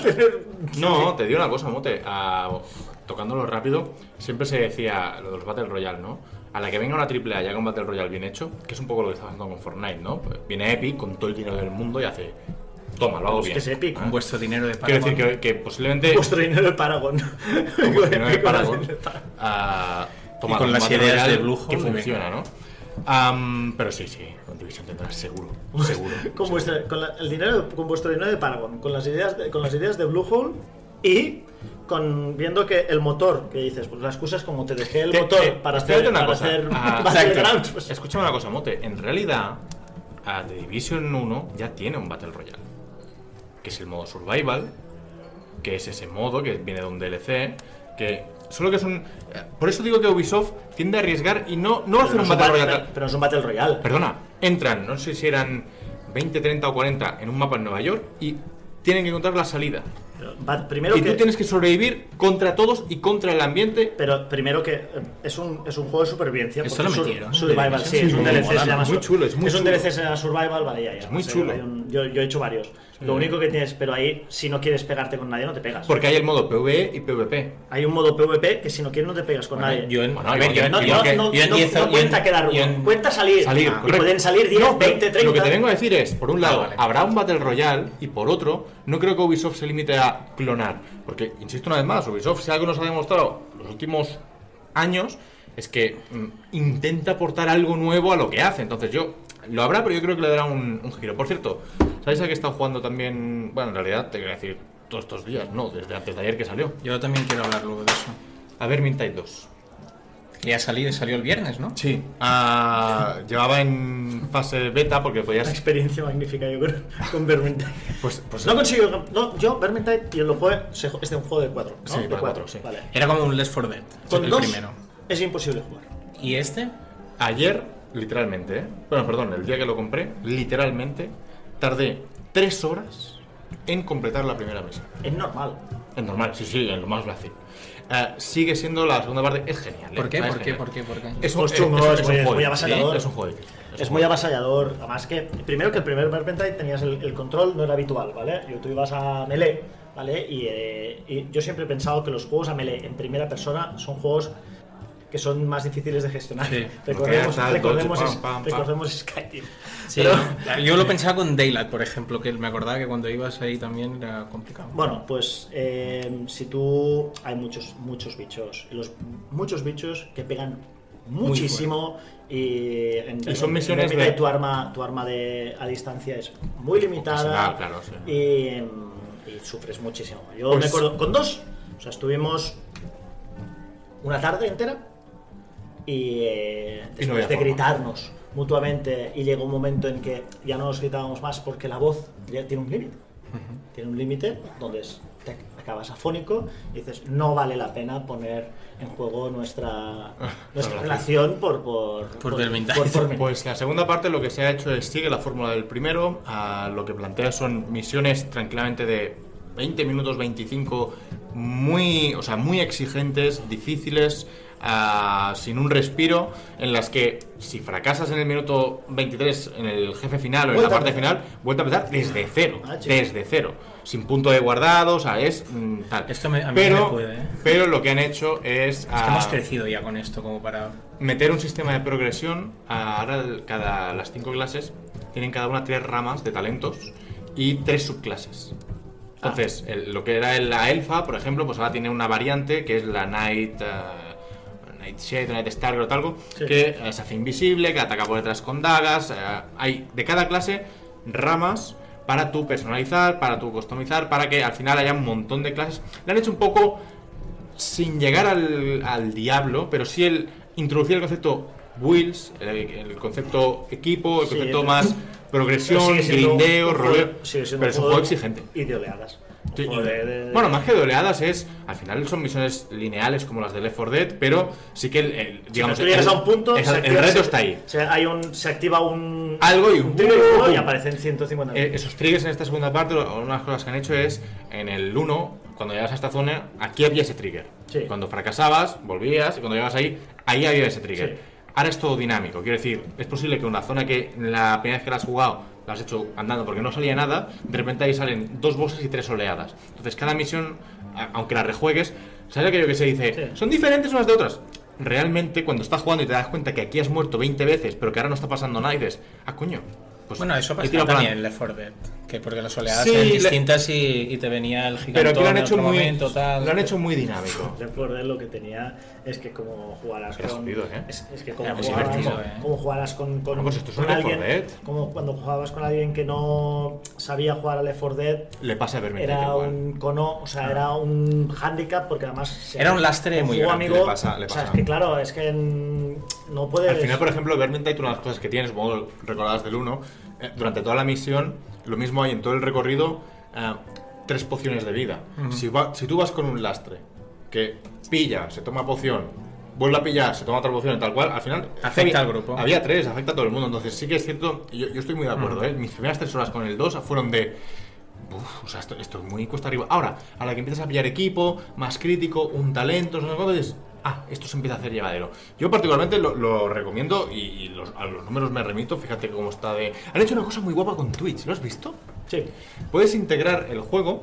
No, te digo una cosa, Mote. Ah, tocándolo rápido, siempre se decía lo de los Battle Royale, ¿no? A la que venga una triple A ya con Battle Royale bien hecho, que es un poco lo que está pasando con Fortnite, ¿no? Pues viene Epic con todo el dinero del mundo y hace. Toma, lo hago
Es
bien.
Pues que Pues es Epic.
Con vuestro dinero de
Quiero decir
Paramount.
que, que posiblemente.
Vuestro dinero de Paragon.
Como que no hay
Epic,
paragón.
dinero de Paragon.
Ah, toma,
Y con
un
las
Battle
ideas
Royale
de Blue
Que
Hole,
funciona, ¿no? Am, pero sí, sí, con Division tendrás seguro. Seguro.
Con, vuestra- con la- el dinero, con vuestro dinero de Paragon, con las ideas de, con las ideas de Bluehole y con viendo que el motor, que dices, pues la excusa es como te dejé el
Te-
motor
te-
para
te digo
hacer,
una
para
cosa.
hacer
Ah,
Battlegrounds.
exacto.
pues-
Escúchame una cosa, Mote. En realidad, a The Division 1 ya tiene un Battle Royale. Que es el modo Survival. Que es ese modo que viene de un DLC. Que. Solo que es un. eh, Por eso digo que Ubisoft tiende a arriesgar y no, no va a hacer
pero no
un
es un
Battle
Battle-
Royale.
pero no es un Battle Royale.
Perdona, entran, no sé si eran 20, 30 o 40 en un mapa en Nueva York y tienen que encontrar la salida.
Va- primero
y
que,
tú tienes que sobrevivir contra todos y contra el ambiente.
Pero primero que eh, es un, es un juego de supervivencia.
Esto
porque
lo
es sur-
metieron,
Survival,
Division.
sí, es un
Sí,
DLC.
mola,
se llama
muy
sur-
chulo, es muy
un
chulo.
DLC se llama Survival, vale, ya, ya.
muy
no sé,
chulo.
hay un- yo, yo he hecho varios. Lo único que tienes, pero ahí, si no quieres pegarte con nadie, no te pegas.
Porque hay el modo PvE y PvP.
Hay un modo PvP que si no quieres, no te pegas con
Bueno,
nadie.
yo en-
Bueno,
a ver, yo en-
no,
igual
no,
que-
no,
yo en
no-
10
no
yo
cuenta
en-
quedar uno,
yo en-
cuenta salir.
Salir,
Ah, y
correcto.
pueden salir 10,
No, pero
20, 30.
Lo que te vengo a decir es, por un lado,
vale.
habrá un Battle Royale y por otro, no creo que Ubisoft se limite a clonar. Porque, insisto una vez más, Ubisoft, si algo nos ha demostrado los últimos años, es que mm, intenta aportar algo nuevo a lo que hace. Entonces yo, lo habrá, pero yo creo que le dará un, un giro. Por cierto, ¿sabéis a qué está jugando también? Bueno, en realidad te quería decir todos estos días, no, desde antes de ayer que salió.
Yo también quiero hablar luego de eso.
A ver, Mintai 2.
Que ha salido y salió el viernes, ¿no?
Sí. Ah, llevaba en fase beta porque
Una
podías...
experiencia magnífica, yo creo, con Vermintide.
Pues, pues
No consigo. No, yo, Vermintide, yo lo juego. se- este Es de un juego de 4.
Sí,
de
para
cuatro,
cuatro, sí.
Vale.
Era como un Less for Dead.
Con
el
dos
primero.
es imposible jugar.
¿Y este?
Ayer, literalmente, ¿eh? bueno, perdón, el día que lo compré, literalmente, tardé tres horas en completar la primera misión.
Es normal.
En normal, sí, sí, en lo más fácil. Eh, sigue siendo la segunda parte, es genial. ¿eh?
¿Por qué?
Es
¿Por qué?
genial.
¿Por qué? ¿Por qué?
Es un,
Es chungo,
es un-
es
es
muy-
un
es
juego
muy
difícil,
avasallador.
¿eh? Es un juego difícil. un
Es
juego
muy
difícil.
avasallador. Además que, primero que el primer Vermintide tenías el, el control, no era habitual, ¿vale? Yo tú ibas a Melee, ¿vale? Y, eh, y yo siempre he pensado que los juegos a Melee en primera persona son juegos que son más difíciles de gestionar.
Sí.
recordemos
Porque
recordemos,
ah, tal,
es-
pam, pam, pam.
recordemos Skyrim.
Sí, no, Yo lo pensaba con Daylight, por ejemplo, que me acordaba que cuando ibas ahí también era complicado.
Bueno, pues eh, si tú hay muchos muchos bichos, y los muchos bichos que pegan muchísimo y, en-
Y son
en-
misiones
en realidad
de-
tu arma tu arma de a distancia es muy limitada
Ah, claro, sí.
y, em, y sufres muchísimo. Yo
Pues-
me acuerdo con dos, o sea, estuvimos una tarde entera y
Y
eh,
no
después
había
de
forma.
gritarnos mutuamente y llegó un momento en que ya no nos gritábamos más porque la voz ya tiene un límite tiene un límite donde es- te acabas afónico y dices, no vale la pena poner en juego nuestra, nuestra relación por... Por,
Por Vermintide.
Vermintide.
Pues la segunda parte lo que se ha hecho es sigue la fórmula del primero, a lo que plantea son misiones tranquilamente de 20 minutos, 25, muy, o sea, muy exigentes, difíciles, ah, sin un respiro, en las que si fracasas en el minuto 23, en el jefe final o en la
Vuelta a
parte
empezar.
final, vuelta a empezar desde cero,
Ah, chico.
desde cero, sin punto de guardado, o sea, es mm, tal.
Esto me- a mí
pero,
me puede, ¿eh?
pero lo que han hecho es...
Es que
ah,
hemos crecido ya con esto, como para.
meter un sistema de progresión. ah, Ahora el- cada las cinco clases tienen cada una tres ramas de talentos y tres subclases. Entonces, el- lo que era el- la elfa, por ejemplo, pues ahora tiene una variante que es la knight, ah, Nightshade, o Night Star, o algo,
Sí.
que eh, se hace invisible, que ataca por detrás con dagas. eh, hay de cada clase ramas para tú personalizar, para tú customizar, para que al final haya un montón de clases. Le han hecho un poco sin llegar al, al diablo, pero sí el introducir el concepto wills, el, el concepto equipo, el
Sí,
concepto
el-
más progresión,
Sigue siendo un
grindeo,
juego-
roleo.
sigue siendo
Pero es un juego exigente.
Y de Eh, oleadas. Un
Sí,
juego
y-
de- de-
Bueno, más que de oleadas es, al final son misiones lineales como las de Left 4 Dead, pero sí que el, el- digamos,
si tú llegas
el-
a un punto,
el-
se
el
activa-
reto
se-
está ahí.
O sea, hay un, se activa un.
Algo y un-
un trigger y todo, y
¡Uh!
aparecen 150
Eh, esos triggers en esta segunda parte, lo- una de las cosas que han hecho es, en el 1, cuando llegas a esta zona, aquí había ese trigger.
Sí.
Cuando fracasabas, volvías, y cuando llegabas ahí, ahí había ese trigger.
Sí.
Ahora es todo dinámico, quiero decir, es posible que una zona que la primera vez que la has jugado la has hecho andando porque no salía nada, de repente ahí salen dos bosses y tres oleadas. Entonces cada misión, a- aunque la rejuegues, ¿sabes aquello que se dice?
Sí.
Son diferentes unas de otras. Realmente cuando estás jugando y te das cuenta que aquí has muerto 20 veces, pero que ahora no está pasando nada, y dices, ah, coño. Pues
Bueno, eso
he tirado
pasaba
para
también en Left 4 Dead. Que porque las oleadas
Sí,
eran
le-
distintas y, y te venía el gigantón
pero aquí lo han
en
hecho
otro
muy
momento, tal.
lo han hecho muy dinámico
Left 4 Dead lo que tenía es que como jugaras
Era
con.
jodido, ¿eh?
es, es que como
Era muy
jugaras,
divertido, ¿eh?
como jugaras con, con,
Ah, pues esto es
con
un Left 4
alguien.
Dead.
Como cuando jugabas con alguien que no sabía jugar a Left 4 Dead.
le pasa a verme
Era
igual. Ah.
un cono, o sea, era un handicap porque además se-
Era un lastre
con
muy
juego
grande.
amigo,
Le pasa- le
o sea,
pasa.
es que claro, es que mm, no puedes
Al final, por ejemplo, Vermintide, una de las cosas que tiene, supongo que recordadas del 1, eh, durante toda la misión, lo mismo hay en todo el recorrido, eh, tres pociones de vida. si, va- si tú vas con un lastre que pilla, se toma poción, vuelve a pillar, se toma otra poción y tal cual, al final... había-
Afecta al grupo.
Había tres, afecta a todo el mundo. Entonces sí que es cierto, yo, yo estoy muy de
Mm.
acuerdo, ¿eh? Mis primeras tres horas con el 2 fueron de... "Uf, o sea, esto, esto es muy cuesta arriba. Ahora, a la que empiezas a pillar equipo, más crítico, un talento, no sé cuánto, dices, ah, esto se empieza a hacer llevadero. Yo particularmente lo, lo recomiendo y, y los- a los números me remito, fíjate cómo está de... Han hecho una cosa muy guapa con Twitch, ¿lo has visto?
Sí.
Puedes integrar el juego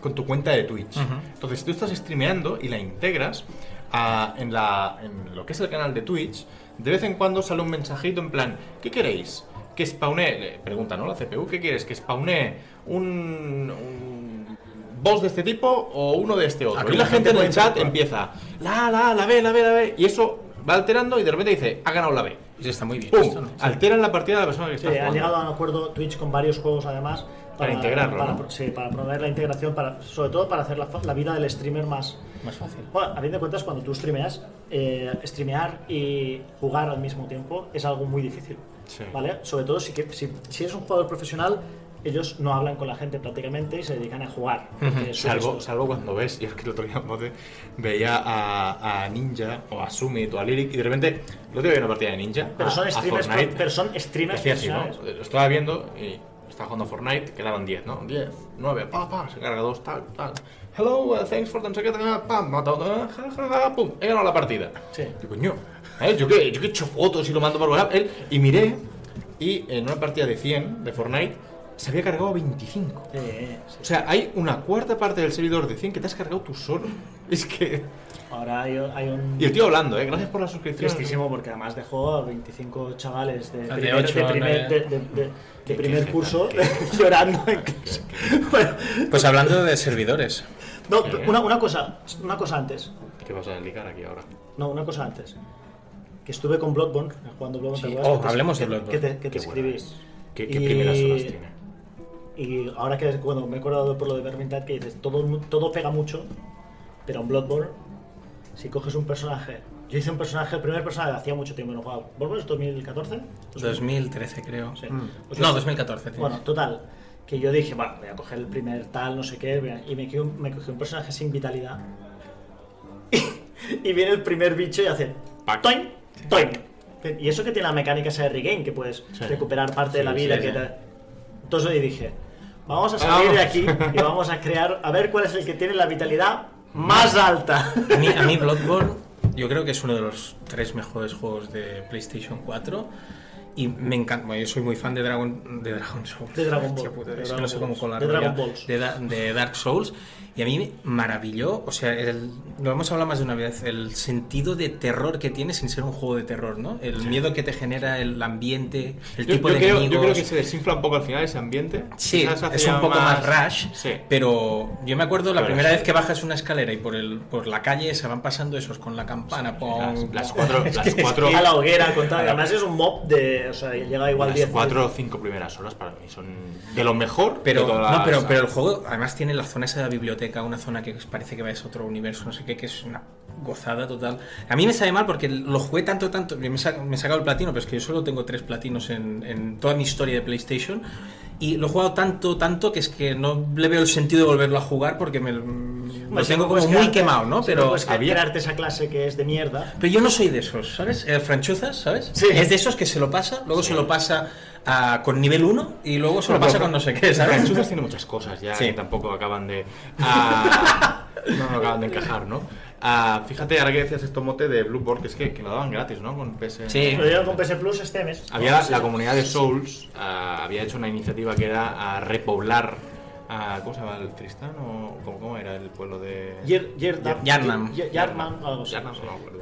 con tu cuenta de Twitch.
Ujú.
Entonces, si tú estás streameando y la integras ah, en, la, en lo que es el canal de Twitch, de vez en cuando sale un mensajito en plan, ¿qué queréis? Que spawnee, le pregunta, ¿no? La CPU, ¿qué quieres? Que spawnee un, un boss de este tipo o uno de este otro.
Ah, que
y la
la
gente
gente
en el
puede
chat
interactuar.
empieza, la, A, la, A, la B, la B, la B, y eso va alterando y de repente dice, ha ganado la B.
Eso está muy bien.
¡Pum! Ah.
esto, ¿no?
Alteran la partida de la persona que
Sí,
está
han
jugando.
llegado a un acuerdo Twitch con varios juegos además
Para integrarlo,
para,
¿no?
sí, para promover la integración, para, sobre todo para hacer la, fa- la vida del streamer más.
Más fácil.
Bueno, a fin de cuentas, cuando tú streameas, eh, streamear y jugar al mismo tiempo es algo muy difícil.
Sí.
¿Vale? Sobre todo si, que- si, si eres un jugador profesional, ellos no hablan con la gente prácticamente y se dedican a jugar. Eh, porque es su
Salvo,
gusto.
salvo cuando ves, yo es que el otro día Mote, veía a, a Ninja o a Summit o a Lyric y de repente lo tengo en una partida de Ninja.
Pero
a-
son
a
streamers,
Fortnite,
pro- pero son
y
streamers
hacía así, ¿no?
profesionales.
Lo estaba viendo y estaba jugando a Fortnite, quedaban 10, ¿no? 10, 9, pa, pa, se carga 2, tal, tal. Hello, uh, thanks for the no sé qué, tal, pam, matado, ja, ja, ja, pum, he ganado la partida.
Sí.
Yo, coño, ¿eh? yo, que, yo que he hecho fotos y lo mando por WhatsApp. Él, y miré y en una partida de 100 de Fortnite se había cargado 25.
Eh, sí.
O sea, hay una cuarta parte del servidor de 100 que te has cargado tú solo. Es que.
Ahora hay, hay un.
Y el tío hablando, ¿eh? Gracias por la suscripción.
Tristísimo porque además dejó a 25 chavales de
De
primer,
ocho,
de primer-
¿no?
de- de- de- de
Qué-
primer
qué
curso
jeta,
llorando en clase. Bueno,
Pues hablando de servidores.
no,
Qué-
una, una cosa, una cosa antes.
¿Qué vas a desligar aquí ahora?
No, una cosa antes. Que estuve con Bloodborne, jugando Bloodborne,
Sí.
¿te acuerdas?
Oh,
Que te-
hablemos de
que-
Bloodborne.
Que te, que te
Qué buena
escribí.
es. ¿Qué, qué
Y-
primeras horas tiene?
Y ahora que cuando me he acordado por lo de Vermintide que dices, todo, mu- todo pega mucho, pero en Bloodborne, si coges un personaje... Yo hice un personaje, el primer personaje, hacía mucho tiempo que no jugaba. ¿Bloodborne es 2014?
2013, creo.
Sí. Pues
No,
yo-
2014. tienes.
Bueno, total. Que yo dije, bueno, voy a coger el primer tal, no sé qué. voy a- Y me, cogí un- me cogí un personaje sin vitalidad. Y, viene el primer bicho y hace.
Pac.
¡Toin! ¡Toin! Y eso que tiene la mecánica esa de regain, que puedes recuperar parte de la
Sí,
vida.
sí,
que
sí.
te- Entonces le dije, vamos a salir de
Vamos.
aquí y vamos a crear, a ver cuál es el que tiene la vitalidad más alta.
A mí, a mí Bloodborne, yo creo que es uno de los tres mejores juegos de PlayStation 4. Y me encanta, bueno, yo soy muy fan de Dragon, de Dragon Souls.
De Dragon Ball.
Hostia puta,
De
es que
Dragon
no sé cómo
Balls.
con la
De Dragon
rolla
Balls.
de, Da- de Dark Souls. Y a mí me maravilló, o sea, el- lo hemos hablado más de una vez, el sentido de terror que tiene sin ser un juego de terror, ¿no? El miedo que te genera el ambiente, el
Yo,
tipo
yo
de
creo, yo
enemigos.
creo que se desinfla un poco al final ese ambiente.
Sí,
Quizás hace
es
ya
un poco más, rush,
Sí.
pero yo me acuerdo la
Pero
primera
sí.
vez que bajas una escalera y por el por la calle se van pasando esos con la campana, pong,
Las, las
pong.
cuatro, las cuatro,
A la hoguera, con tal.
Claro.
Además es un mob de. O sea, llega igual
las
10.
cuatro o cinco primeras horas para mí son de lo mejor. de
Pero,
todas
no, pero,
las-
pero el juego además tiene la zona esa de la biblioteca, una zona que parece que va a otro universo, no sé qué, que es una gozada total. A mí me sabe mal porque lo jugué tanto, tanto, me he sa- me he sacado el platino, pero es que yo solo tengo tres platinos en, en toda mi historia de PlayStation. Y lo he jugado tanto, tanto que es que no le veo el sentido de volverlo a jugar porque me mm, lo
Pues si
tengo
no
como
puedes
muy
crearte-
quemado, ¿no?
si
Pero
puedes cre-
había-
crearte esa clase que es de mierda.
pero yo no soy de esos, ¿sabes? El franchuzas, ¿sabes?
Sí.
Es de esos que se lo pasa, luego se lo pasa a- con nivel 1 y luego se lo
Bueno,
pasa
pero-
con no sé qué,
Las
¿sabes?
chuzas tiene muchas cosas ya
Sí.
que tampoco acaban de. ah, no, no acaban de encajar, ¿no? Ah, fíjate, ahora que decías esto mote de Bloodborne, que es que, que lo daban gratis, ¿no? Con PS.
Sí.
Lo llevo con PS Plus este mes.
Había la, la comunidad de Souls, ah, había hecho una iniciativa que era a repoblar. a- ¿Cómo se llama? ¿El Tristán? ¿O cómo, cómo era el pueblo de.?
Yer- Yerdam-
Yarnam.
Yer- Yarnam, algo así.
Yarnam, no me acuerdo.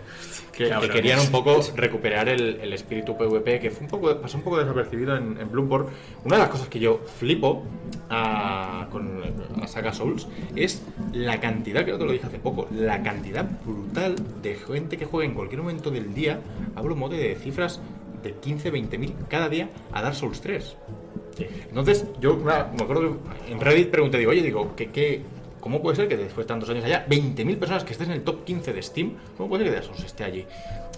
Que, que
Cabrones.
querían un poco recuperar el, el espíritu PvP que fue un poco, pasó un poco desapercibido en, en Bloodborne. Una de las cosas que yo flipo a, con la saga Souls es la cantidad, creo que lo dije hace poco, la cantidad brutal de gente que juega en cualquier momento del día, hablo mote de cifras de 15, 20 mil cada día a Dark Souls 3. Entonces, yo una- me acuerdo que en Reddit pregunté, digo, oye, digo, ¿qué, qué, cómo puede ser que después de tantos años haya 20.000 personas que estén en el top 15 de Steam? ¿Cómo puede ser que Dark Souls esté allí?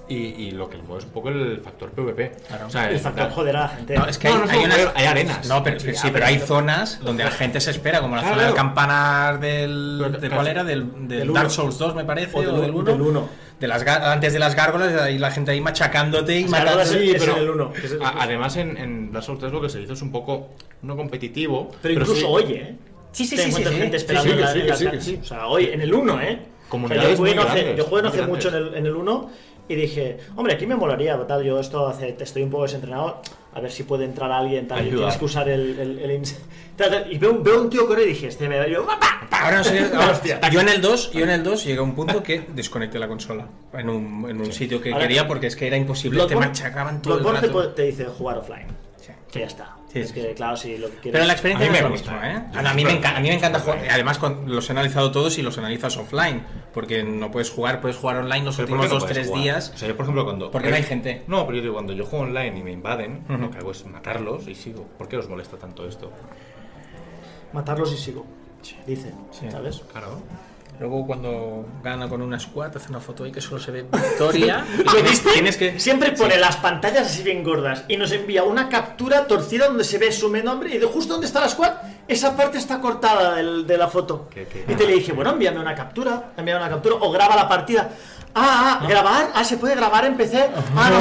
Y, y lo que le mueve es un poco el factor PvP.
Claro.
O sea,
El factor
la-
joder a la gente.
No, es que
No,
hay,
no es
hay
como
unas-
juego, hay arenas.
No, pero, sí, pero hay zonas donde la gente se espera, como la
Claro,
zona del
claro.
campanar del.
Pero-
¿De cuál era? Del, del
Del uno.
Dark Souls 2, me parece,
O
o
del
del
uno.
1.
Del uno.
De las, gá- antes de las gárgolas, ahí la gente ahí machacándote y
Las gárgolas
matándote.
sí,
Sí,
es
pero
en el uno, es en el
a-
uno.
además en, en Dark Souls 3 lo que se hizo es un poco no competitivo.
Pero incluso
sí-
hoy, ¿eh?
Sí, sí,
Te
sí, sí,
encuentras
sí.
gente
Sí,
esperando
sí,
en la-
sí,
en las
sí,
calles.
sí.
O sea, hoy, en el 1, ¿eh?
Comunidades
yo jugué
muy
no hace,
grandes,
yo jugué no
muy
hace mucho en
grandes.
el, en el 1 y dije, hombre, aquí me molaría, tal, yo esto hace, estoy un poco desentrenado, a ver si puede entrar alguien, tal, y
Ayudar.
tienes que usar el... el, el ins- tal, tal, y veo, un- veo un tío correr y dije, este me va yo, ¡pa, pa, pa!
Ahora no sé, ahora-
Hostia.
yo en el 2, yo en el 2 llegué a un punto que desconecté la consola en un, en un sitio que
Ahora-
quería porque es que era imposible, te
Bloodborne-
machacaban todo el
Bloodborne te
rato.
po- te, dice jugar offline.
Sí.
Que ya está.
Sí,
es
sí,
que, claro, si lo que quieres...
Pero la
A
experiencia no
mí
es
me
lo
gusta,
mismo, ¿eh?
¿eh?
A mí, me
Sí,
encanta, a mí me encanta
claro.
jugar. Además, con- los he analizado todos y los analizas offline. Porque no puedes jugar, puedes jugar online los
Pero ¿por
últimos
qué no
2-3
puedes jugar?
días.
O sea, yo, por ejemplo, cuando.
Porque no hay gente.
No, pero yo digo, cuando yo juego online y me invaden,
Ujú.
lo que hago es matarlos y sigo. ¿Por qué os molesta tanto esto?
Matarlos y sigo. Dice, ¿sabes?
Claro.
Luego, cuando gana con una squad, hace una foto ahí que solo se ve victoria. Y tienes- Tienes que.
Siempre pone las pantallas así bien gordas y nos envía una captura torcida donde se ve su nombre y de justo donde está la squad, esa parte está cortada del- de la foto.
¿Qué, qué?
Y te le dije, bueno, envíame una captura, envíame una captura o graba la partida. Ah, ah, grabar, ah, se puede grabar en PC. Ah, no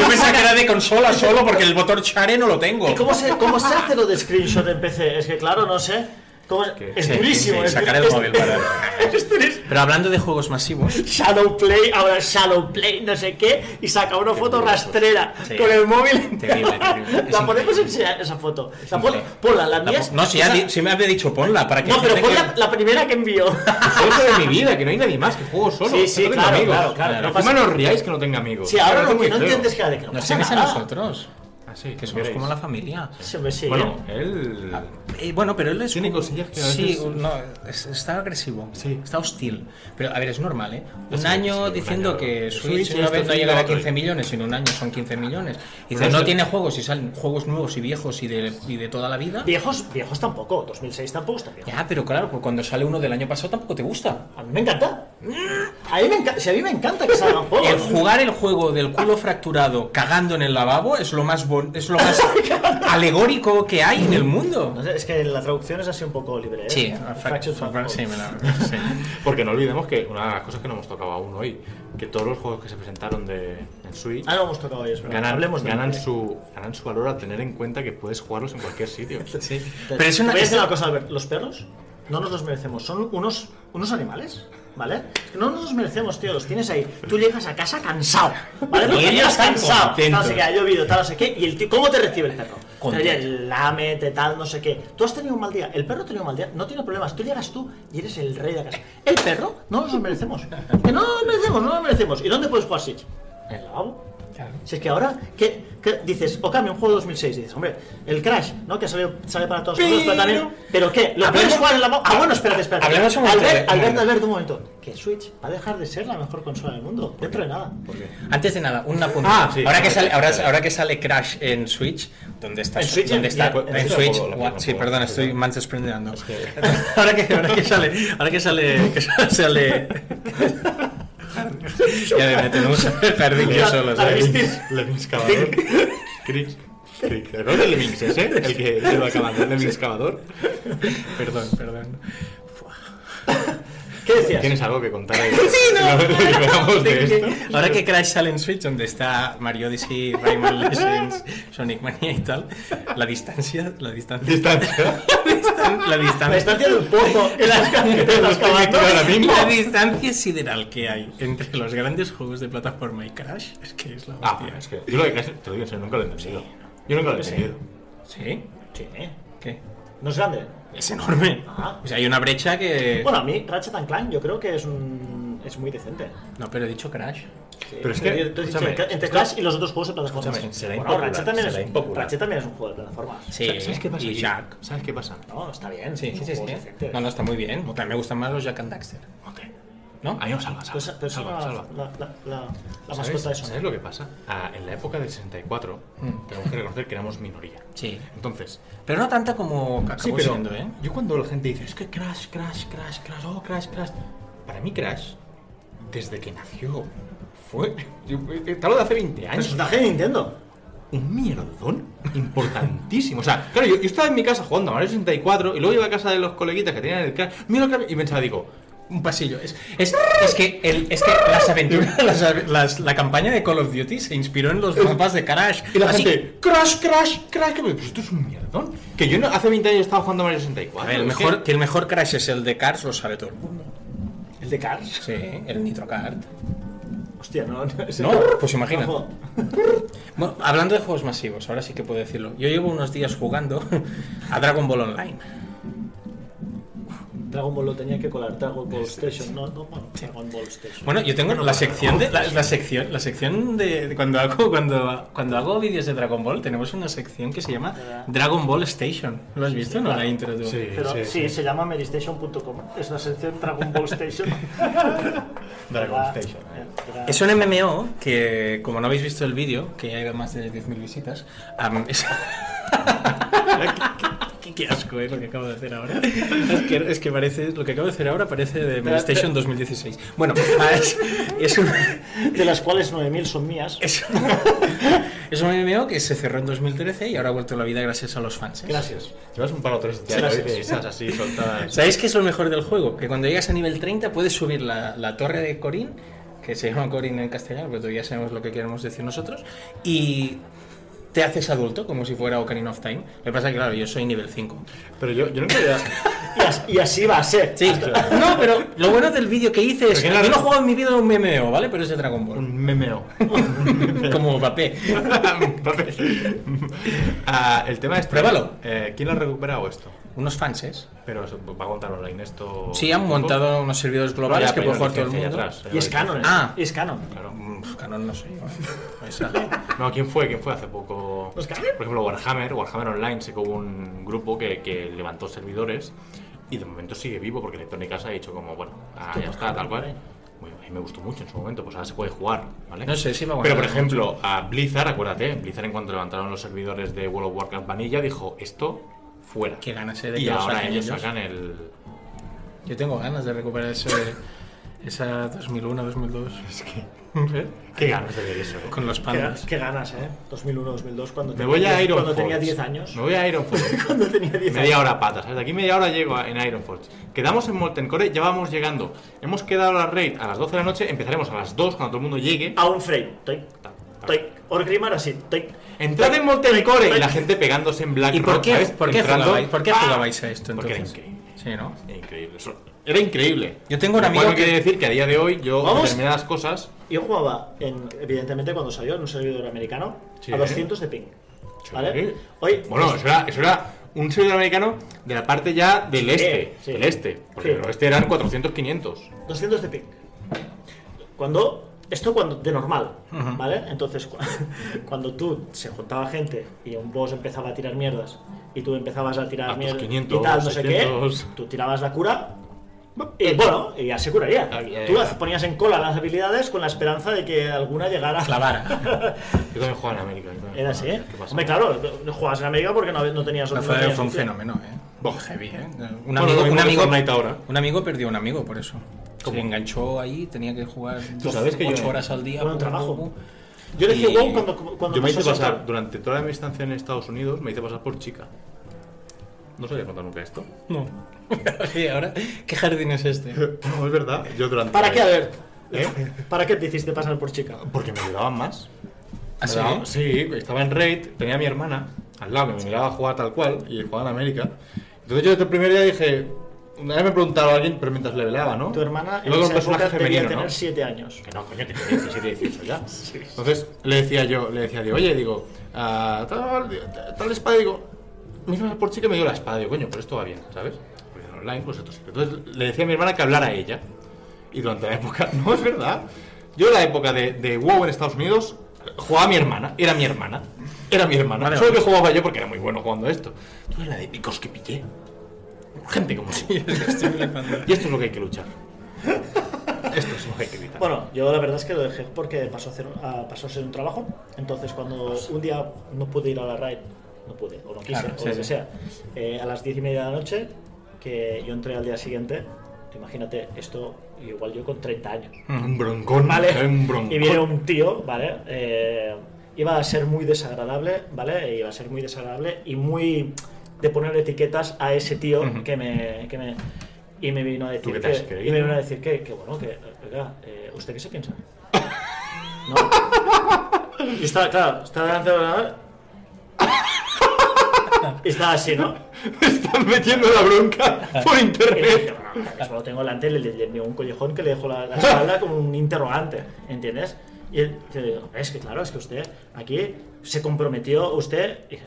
Yo pensaba que era de consola solo porque el botón share no lo tengo.
¿Y cómo se, cómo se hace lo de screenshot en PC? Es que claro, no sé. ¿Cómo se-
Que-
Es
Sí,
durísimo.
sí,
es-
sacar el
es-
móvil para-
es durísimo.
Pero hablando de juegos masivos.
Shadow Play, ahora Shadow Play, no sé qué, y saca una foto
curioso.
rastrera
Sí.
con el móvil.
Terrible, terrible. Es
La podemos
increíble.
enseñar esa foto. La pon,
increíble.
ponla, la mía.
No, si, ya di- si me había dicho ponla para que.
No, pero
gente
pon
que-
la, la primera que envió.
Eso de mi vida, que no hay nadie más, que juego solo.
Sí, sí,
que no tengo
claro,
amigos.
claro, claro,
no
Encima
pasa-
no os riáis que no tenga amigos.
Sí,
Me
ahora lo
parece
que
muy
no
feo.
entiendes que de que no
Nos
pasa
tenéis a
nada.
nosotros.
Ah, sí,
Que
os
somos
veréis.
como la familia.
Sí, hombre, sí.
Bueno, él.
Eh, bueno, pero él es.
Tiene
como-
cosillas que a
Sí,
veces-
no, es- está agresivo.
Sí.
Está hostil. Pero, a ver, es normal, ¿eh? Un
Sí, sí,
año
un
diciendo
año.
que
Switch,
Switch una
esto,
vez no
Switch,
llegaba a
otro.
15 millones, en un año son 15 millones. Y dice,
Bueno,
no
esto-
tiene juegos y salen juegos nuevos y viejos y de, y de toda la vida.
Viejos, viejos tampoco. 2006 tampoco está viejo.
Ya, pero claro, pues cuando sale uno del año pasado tampoco te gusta.
A mí me encanta. A mí me encanta. Si a mí me encanta que salgan juegos.
El jugar el juego del culo fracturado cagando en el lavabo es lo más bon- es lo más alegórico que hay en el
No
mundo.
sé, es que la traducción es así un poco libre, ¿eh?
Sí,
Fractured Fracture.
sí, me la- sí.
Porque no olvidemos que una de las cosas que no hemos tocado aún hoy, que todos los juegos que se presentaron de, en Switch.
Ah, no hemos tocado hoy, es verdad.
Ganan,
Hablemos de
ganan, su, ganan su valor al tener en cuenta que puedes jugarlos en cualquier sitio.
Sí.
Pero
Pero es una,
voy a
es-
decir una cosa, Albert. Los perros no nos los merecemos. Son unos, unos animales. ¿Vale? Es que no nos los merecemos, tío, los tienes ahí. Tú llegas a casa cansado, ¿vale?
Y
Porque
ellos
llegas
están
cansado. Tal,
contentos.
no sé qué, ha llovido, tal, no sé qué. ¿Y el tío, cómo te recibe el perro?
Contento.
Te oye, lámete, tal, no sé qué. Tú has tenido un mal día, el perro ha tenido un mal día, no tiene problemas. Tú llegas tú y eres el rey de la casa. El perro no nos los merecemos. Que no nos los merecemos, no nos los merecemos. ¿Y dónde puedes jugar Switch? En el lavabo. Si es que ahora, ¿qué, qué dices? O cambia un juego de 2006 y dices, hombre, el Crash, ¿no? Que salió, sale para todos los juegos, pero también... ¿Pero qué? ¿Lo
Hablemos-
puedes jugar en la... mo- Ah, bueno, espérate, espérate.
Hablemos un momento eh,
Albert,
de-
Albert, Albert, un momento. Que Switch va a dejar de ser la mejor consola del mundo. Dentro de nada.
Antes de nada, un apunte.
Ah, sí.
ahora, que sale, ahora, ahora que sale Crash en Switch, ¿dónde está?
En Switch,
¿Dónde
en-
está?
ya, pues,
En,
en Switch
Switch.
la puedo- la
What?
puedo-
sí,
la puedo-
perdona,
sí,
estoy
claro.
manspreadeando. ahora, que, ahora que sale, ahora que sale, que sale. ya me metemos en el jardín yo
La-
solo.
la
¿sabes?
viste-
Lemmings cavador. Cric, cric. ¿Te acuerdas de Lemmings ese? El que se va acabando. Lemmings cavador.
Perdón, perdón.
¿Qué decías?
¿Tienes algo que contar? ahí?
Sí, no,
Lo que veamos de esto.
Ahora que Crash sale en Switch, donde está Mario Odyssey, Rayman Legends, Sonic Mania y tal, la distancia, la distancia,
Distancia.
la distancia,
La distancia de un pozo en las
Lo estoy
cavando.
metiendo ahora mismo.
La distancia sideral que hay entre los grandes juegos de plataforma y Crash es que es la
Ah,
hostia.
bueno, es que yo lo de Crash, te lo digo en serio, nunca lo he entendido. Yo nunca lo he
Sí.
entendido.
¿Sí?
Sí, ¿eh?
¿Qué?
no es grande.
Es enorme.
Ah.
O sea, hay una brecha que.
Bueno, a mí Ratchet and Clank yo creo que es un... Es muy decente.
No, pero he dicho Crash.
Pero es que,
Entonces,
escúchame,
entre- entre Crash y los otros juegos de plataformas.
Escúchame, será
Bueno,
impopular,
Ratchet también,
será
es,
impopular.
Ratchet también es un juego de plataformas.
Sí.
¿Sabes qué pasa?
Eh, Y
aquí?
Jack.
¿Sabes qué pasa?
No, está bien.
Sí, sí,
son
sí.
juegos
sí.
decentes.
No, no, está muy bien. También me gustan más los Jack and Daxter.
Ok.
¿No? Pues,
Ahí no salva, salva.
Pero esa- pero esa
salva,
es la-
salva.
Pues, La, la, la, la
¿Sabes-
mascota de Sony.
¿Sabes lo que pasa? Ah, en la época del 64,
Mm.
tenemos que reconocer que éramos minoría.
Sí.
Entonces,
Pero no tanta como acabó
Sí, pero
siendo, ¿eh?
yo cuando la gente dice, es que Crash, Crash, Crash, Crash, oh, Crash, Crash. Para mí Crash, desde que nació, fue... yo- eh, Te hablo de hace 20
Pero es
años.
un traje de Nintendo.
Un mierdón importantísimo. O sea, claro, yo, yo estaba en mi casa jugando a Mario 64 y luego iba a casa de los coleguitas que tenían el Crash. Mira lo que... Y pensaba, digo...
Un pasillo. Es, es, es que, el, es que las aventuras, las ave- las- la campaña de Call of Duty se inspiró en los mapas de Crash.
Y la
Así que-
gente, Crash, Crash, Crash. que- Pues esto es un mierdón. Que yo no, hace 20 años estaba jugando a Mario 64.
A ver, el
es que-
mejor, que el mejor Crash es el de Cars, lo sabe todo el mundo.
El de Cars.
Sí, el Nitro Kart.
Hostia, no. No, ese
No, pues imagínate.
juego.
Bueno, hablando de juegos masivos, ahora sí que puedo decirlo. Yo llevo unos días jugando a Dragon Ball Online.
Dragon Ball lo tenía que colar. Dragon Ball Station. No, no, bueno. Dragon Ball Station.
Bueno, yo tengo la sección de la, la sección, la sección de de cuando hago cuando cuando hago vídeos de Dragon Ball tenemos una sección que se llama Dragon Ball Station. ¿Lo has visto? No la intro tú.
Ah. Sí,
Pero sí,
sí, sí.
se llama Meristation.com. Es la sección Dragon Ball Station.
Dragon
Ah,
Station, eh.
era-
Es un MMO que, como no habéis visto el vídeo, que ya lleva más de 10.000 visitas, am, es- qué, qué asco es lo que acabo de hacer ahora. Es que, es que parece, lo que acabo de hacer ahora parece de PlayStation 2016. Bueno, ah, es, es un,
De las cuales 9.000 son mías.
es, es un MMO que se cerró en 2013 y ahora ha vuelto a la vida gracias a los fans. ¿eh?
Gracias.
Llevas un par o tres ya
Gracias.
de esas así soltadas.
¿Sabéis qué es lo mejor del juego? Que cuando llegas a nivel 30 puedes subir la, la torre de Corín, que se llama Corín en castellano, pero todavía sabemos lo que queremos decir nosotros, y te haces adulto, como si fuera Ocarina of Time. Lo que pasa es que, claro, yo soy nivel 5.
Pero yo, yo nunca había...
Y as- Y así va a ser.
Ah,
Sí, no, pero lo bueno del vídeo que hice es
Porque
que
era-
yo no he jugado en mi vida a un MMO, ¿vale? Pero es de Dragon Ball.
Un memeo.
Como papel.
Entonces, ah, el tema es...
Pruébalo.
Eh, ¿Quién lo ha recuperado esto?
Unos fanses.
Pero eso, va a contar online esto...
Sí, han montado unos servidores
globales
globales que puede jugar todo el mundo.
Y es canon. ¿eh?
Ah.
Y es canon.
Claro.
Mm, Canon no sé. yo. ¿eh? Pues, ah, Esa-
No, ¿quién fue? ¿Quién fue hace poco?
Pues
¿Los
Por
Gamer?
ejemplo, Warhammer, Warhammer Online, sé que hubo un grupo que, que levantó servidores y de momento sigue vivo porque Electronic Arts ha dicho como, bueno, ah,
pues
ya está, tal cual. Bueno, a mí me gustó mucho en su momento, pues ahora se puede jugar, ¿vale?
No sé, sí me
Pero,
aguantará
por ejemplo, a Blizzard, acuérdate, Blizzard en cuanto levantaron los servidores de World of Warcraft Vanilla dijo, esto, fuera.
Que ganas, eh, de
Y
que lo
ahora
saquen
ellos
ellos.
sacan el...
Yo tengo ganas de recuperar ese, esa 2001, 2002.
Es que...
¿Eh?
Qué ganas de ver eso, eh.
Con los
Qué,
pandas.
qué ganas, ¿eh? 2001-2002 cuando,
Me
tenía
voy a
10
Iron
cuando tenía 10 años.
Me voy a Ironforge.
Cuando tenía 10 años.
Media hora patas, ¿sabes? De aquí media hora llego a- en Ironforge. Quedamos en Molten Core, ya vamos llegando. Hemos quedado la raid a las 12 de la noche, empezaremos a las 2 cuando todo el mundo llegue.
A un frame. Toic,
Ta- ta-
toic. Orgrimmar así. Toic.
Entrad en Molten Core y la gente pegándose en Black
¿Y por
Rock,
qué,
¿sabes?
por qué
Entrando-
jugabais, por qué
¡Ah!
jugabais a esto
Porque era
entonces?
increíble.
Sí, ¿no?
Increíble. Eso- Era increíble.
Yo tengo un
Lo
amigo
cual no
que-
quiere decir que a día de hoy yo
Vamos.
determinadas cosas.
Yo jugaba, en, evidentemente, cuando salió en un servidor americano,
Sí.
a 200 de ping.
Sí.
¿Vale? Hoy,
Bueno, eso era, eso era un servidor americano de la parte ya del este.
sí.
El este. Porque
Sí.
el oeste eran 400, 500.
200 de ping. Cuando. Esto cuando de normal,
Ujú.
¿vale? Entonces, cu- cuando tú se juntaba gente y un boss empezaba a tirar mierdas y tú empezabas a
A
tirar
tus
mierdas
500,
y tal, no sé qué,
600.
tú tirabas la cura y bueno, y ya se curaría.
eh. Ah, ya,
Tú
ya.
las ponías en cola las habilidades con la esperanza de que alguna llegara
La vara.
Yo también jugaba en América. yo también
Era así,
jugaba en América.
¿eh?
Ah, ¿Qué pasa?
Hombre, claro, no jugabas en América porque no, no tenías
No,
no
fue,
tenías
fue un
opción.
fenómeno, ¿eh? heavy, ¿eh? Un
Bueno, lo mismo
amigo, un,
que
amigo,
Fortnite ahora.
un amigo perdió a un amigo por eso. Se enganchó ahí, tenía que jugar
sabes que yo
8
me-
horas al día.
Bueno, trabajo.
Yo
Yo dejé
y...
WoW cuando, cuando
Yo me hice
pasó a saltar.
pasar, durante toda mi estancia en Estados Unidos, me hice pasar por chica. No os había contado nunca esto.
No. Oye, ahora, ¿qué jardín es este?
No, es verdad. Yo durante.
¿Para qué? A ver.
¿Eh?
¿Para qué te hiciste pasar por chica?
Porque me ayudaban más.
¿Ah, sí?
Era- sí, estaba en raid, tenía a mi hermana al lado, me miraba a jugar tal cual y jugaba en América. Entonces yo desde el primer día dije, una vez me preguntaba a alguien, pero mientras levelaba, ¿no?
Tu hermana
Y
en
luego
esa
un personaje
época debía
femenino,
tener
¿no?
7 años.
Que no, coño, tenía 17, 18 ya. Entonces le decía yo, le decía, digo, oye, digo, ah, tal, tal espada, digo, me hizo por chica y me dio la espada, digo, coño, pero esto va bien, ¿sabes? Porque en online, pues esto sí. Entonces le decía a mi hermana que hablara a ella. Y durante la época, no es verdad. Yo en la época de, de WoW en Estados Unidos jugaba a mi hermana, era mi hermana, era mi hermana.
Vale,
Solo
vale.
que jugaba yo porque era muy bueno jugando esto. Tú eres la de picos que pillé. Gente como si. y esto es lo que hay que luchar. Esto es lo que hay que evitar.
Bueno, yo la verdad es que lo dejé porque pasó a, hacer- a- pasó a ser un trabajo. Entonces, cuando un día no pude ir a la raid, no pude, o no quise,
Claro,
o
sí,
lo
sí.
que sea, eh, a las 10 y media de la noche, que yo entré al día siguiente, imagínate, esto igual yo con 30 años.
un broncón,
¿vale?
era un broncón.
Y viene un tío, ¿vale? Eh, iba a ser muy desagradable, ¿vale? E Iba a ser muy desagradable y muy de poner etiquetas a ese tío que me... Que me y me vino a
¿Tú qué
decir que,
te has creído?
y me vino a decir que, que bueno, que oiga, eh, ¿usted qué se piensa? ¿No? Y estaba, claro, estaba delante del ordenador y estaba así, ¿no?
Me están metiendo la bronca por
Y le dije,
internet.
"Bueno, ahora mismo lo tengo delante, le, le, le envió un collejón que le dejó la, la espalda como un interrogante, ¿entiendes? Y él te digo, es que claro, es que usted aquí se comprometió, usted... Y dije,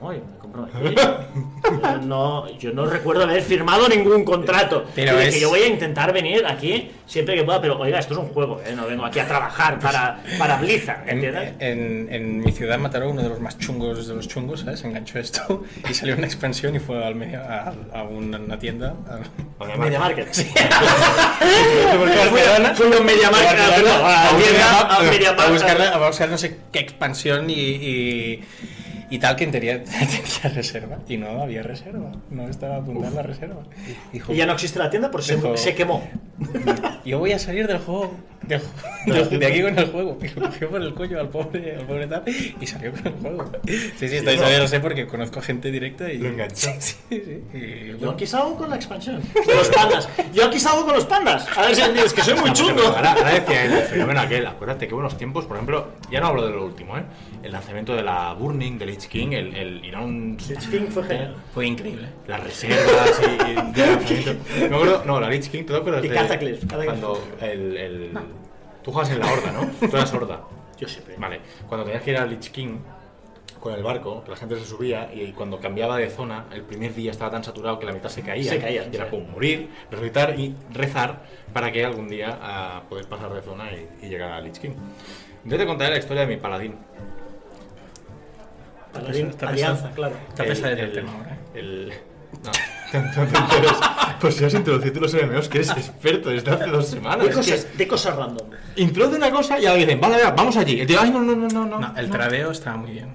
¿Cómo? Yo me comprometí. Yo no, yo no recuerdo haber firmado ningún contrato.
Pero
Y dije,
es-
yo voy a intentar venir aquí siempre que pueda, pero oiga, esto es un juego, ¿eh? No vengo aquí a trabajar para, para Blizzard,
En,
¿entiendes?
en- en mi ciudad mataron a uno de los más chungos de los chungos, ¿sabes? Enganchó esto y salió una expansión y fue al media- a, a una tienda. a-
Media Market. Sí.
Fui a Media Market,
Barcelona,
perdón,
a
a
un
tienda,
Mediamar-
a-
a un Mediamar-
a buscar la- a buscar no sé qué expansión y, y, y tal que tenía, tenía reserva. Y no había reserva, no estaba apuntada la reserva. Dijo,
Y ya no existe la tienda porque
Dijo-
se, se quemó.
yo voy a salir del juego, del ju- de, de aquí con el juego. Y lo cogió por el cuello al pobre, al pobre tal y salió con el juego. Sí, sí, esta historia lo sé porque conozco gente directa y...
Lo enganchó.
Sí, sí, sí. Y,
Yo
bueno,
aquí salgo con la expansión. Con los pandas. Yo aquí salgo con los pandas. A ver si es que soy muy chungo.
Ahora, ahora decía el fenómeno aquel, acuérdate qué buenos tiempos, por ejemplo, ya no hablo de lo último, ¿eh? El lanzamiento de la Burning, del Lich King, el, el ir a un...
Lich King fue genial.
fue increíble.
Las reservas y... y- de lanzamiento. Me acuerdo, no, la Lich King, ¿te acuerdas
Y
de-
Cataclysm, Cataclysm.
Cuando el... el- Tú jugabas en la horda, ¿no? Tú eras horda.
Yo siempre.
Vale, cuando tenías que ir al Lich King con el barco, que la gente se subía y cuando cambiaba de zona, el primer día estaba tan saturado que la mitad se caía.
Se caía,
Y era
sí.
como morir, resucitar y rezar para que algún día ah, poder pasar de zona y, y llegar al Lich King. Yo te contaré la historia de mi paladín.
Paladín,
Está pesado.
alianza, claro.
Está pesado el tema ahora, ¿eh?
el- no, no te enteres. Pues si has introducido los MMOs, que eres experto desde hace dos semanas.
De
Es que
cosas, de cosas random.
introduce una cosa y ahora dicen, vale, venga, vamos allí. El tío, ay, no, no, no, no. no,
No, el
no".
tradeo estaba muy bien.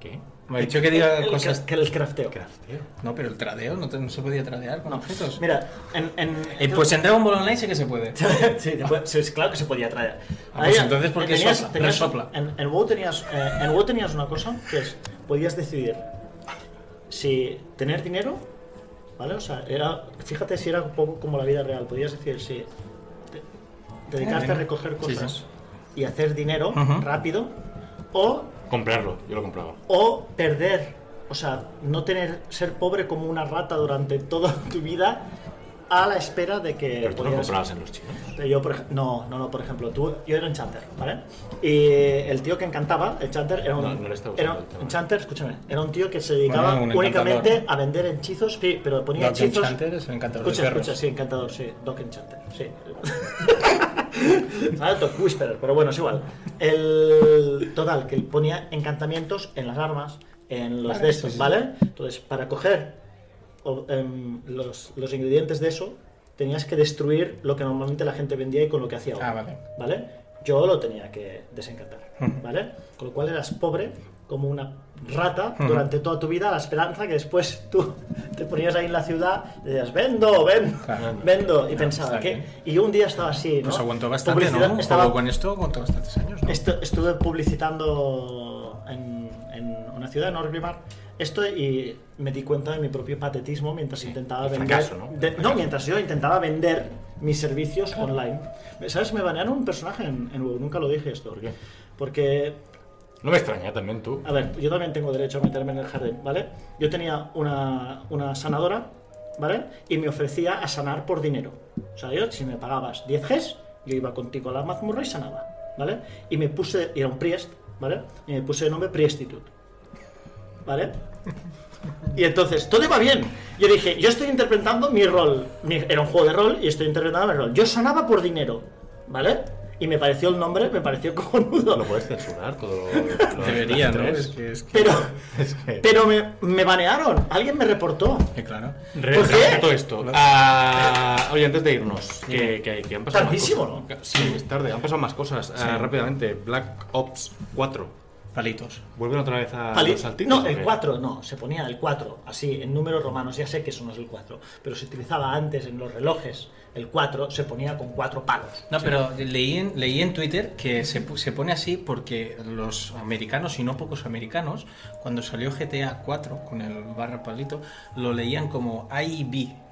¿Qué?
Me ha dicho que diga
El
cosas...
cra- el crafteo.
Crafteo.
No, pero el tradeo, no, te- no se podía tradear con objetos.
Mira, en. en
Eh, pues en Dragon Ball Online sí que se puede.
sí, te puede- sí, es claro que se podía traer.
Ah, pues
Ahí,
entonces, ¿por qué sopla? Resopla.
En, en WoW tenías, eh, en WoW tenías una cosa que es: podías decidir si tener dinero, ¿vale? O sea, era, fíjate si era un poco como la vida real. Podías decidir si te- dedicarte a
dinero.
recoger
Sí, sí.
cosas y hacer dinero
Ujú.
rápido o
Comprarlo, yo lo compraba.
o perder, o sea, no tener ser pobre como una rata durante toda tu vida a la espera de que.
Pero tú no
pudieras-
comprabas en los chinos.
Eh, Yo, por ej- no, no, no, por ejemplo, tú, yo era un chanter, ¿vale? Y el tío que encantaba, el chanter, era un,
No, no le está gustando
era
el tema.
un chanter, escúchame, era un tío que se dedicaba
Bueno, un
únicamente
encantador.
a vender hechizos, sí, pero ponía
Dog
hechizos...
Enchanter es el encantador de
escucha,
perros.
escucha, sí, encantador, sí, Doc Enchanter, sí. ¿Sabes? Doc Whisperer, pero bueno, es igual. El total, que ponía encantamientos en las armas, en los de estos, ¿vale? Entonces, para coger o- em, los, los ingredientes de eso, tenías que destruir lo que normalmente la gente vendía y con lo que hacía
Ah,
ahora,
vale.
¿vale? Yo lo tenía que desencantar, ¿vale? Con lo cual eras pobre como una rata
Ujú.
durante toda tu vida, a la esperanza que después tú te ponías ahí en la ciudad y decías, vendo, vendo,
Claro.
vendo, y
No,
pensaba
está
que...
bien.
Y un día estaba así, ¿no?
Pues aguantó bastante,
Publicidad-
¿no?
Estaba,
Estaba... Con esto aguantó bastantes años, ¿no?
Estu- estuve publicitando en, en una ciudad, en Orgrimmar, esto y me di cuenta de mi propio patetismo mientras intentaba
el
vender.
fracaso, ¿no? El
de- mientras yo intentaba vender mis servicios online. ¿Sabes? Me banearon un personaje en, en WoW, nunca lo dije esto.
qué?
Porque,
No me extraña también tú.
a ver, yo también tengo derecho a meterme en el jardín, ¿vale? Yo tenía una, una sanadora, ¿vale? Y me ofrecía a sanar por dinero. O sea, yo, si me pagabas 10 Gs, yo iba contigo a la mazmorra y sanaba, ¿vale? Y me puse, y era un priest, ¿vale? Y me puse el nombre Priestitude, ¿vale? Y entonces, todo iba bien. Yo dije, yo estoy interpretando mi rol. Mi- era un juego de rol y estoy interpretando mi rol. Yo sanaba por dinero, ¿vale? Y me pareció el nombre, me pareció cojonudo.
Lo puedes censurar todo. lo- lo-
Debería,
las
¿no?
tres.
Es que, es que...
Pero,
Es que-
pero me, me banearon. Alguien me reportó.
que claro.
Re-
¿Por qué?
respeto esto. Ah, oye, antes de irnos, que, que- que han pasado. más
Tardísimo,
cosas. Sí, es tarde. Han pasado más cosas. Ah, rápidamente, Black Ops 4.
Palitos.
¿Vuelven otra vez a
Pali-
Ah, los saltitos?
no,
o
el
qué?
4, no, se ponía el 4, así, en números romanos, ya sé que eso no es el 4, pero se utilizaba antes en los relojes, el 4 se ponía con 4 palos.
No, pero leí en, leí en Twitter que se, pu- se pone así porque los americanos, y no pocos americanos, cuando salió GTA 4 con el barra palito, lo leían como IB,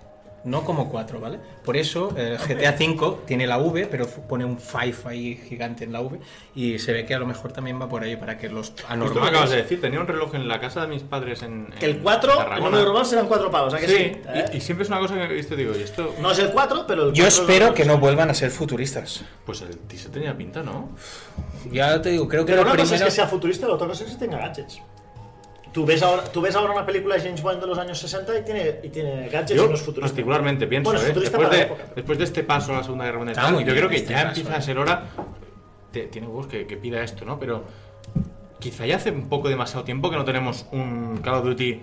no como 4, ¿vale? Por eso eh, GTA 5 tiene la V, pero f- pone un 5 ahí gigante en la V, y se ve que a lo mejor también va por ahí para que los
Justo
Ah,
me acabas de
anormales...
decir, tenía un reloj en la casa de mis padres en.
Que el
en
4, en
Tarragona.
números romanos eran 4 palos, ¿a que sí?
Sí,
¿Eh?
y, y siempre es una cosa que he visto y digo, ¿y esto?
No es el 4, pero el
Yo
4
espero que no vuelvan a ser futuristas.
Pues el teaser tenía pinta, ¿no?
Ya te digo, creo que
Pero
lo
una
primero...
cosa es que sea futurista, la otra cosa es que tenga gadgets. Tú ves, ahora, tú ves ahora una película de James Bond de los años 60 y tiene, y tiene gadgets
Yo
y no es futurista.
particularmente pienso,
Bueno, es
¿eh?
futurista
después,
para la
de,
época.
después de este paso a la Segunda Guerra Mundial,
Está muy
yo
bien
creo que
este
ya
paso,
empieza
¿eh?
a ser hora. te- tiene huevos que, que pida esto, ¿no? Pero quizá ya hace un poco demasiado tiempo que no tenemos un Call of Duty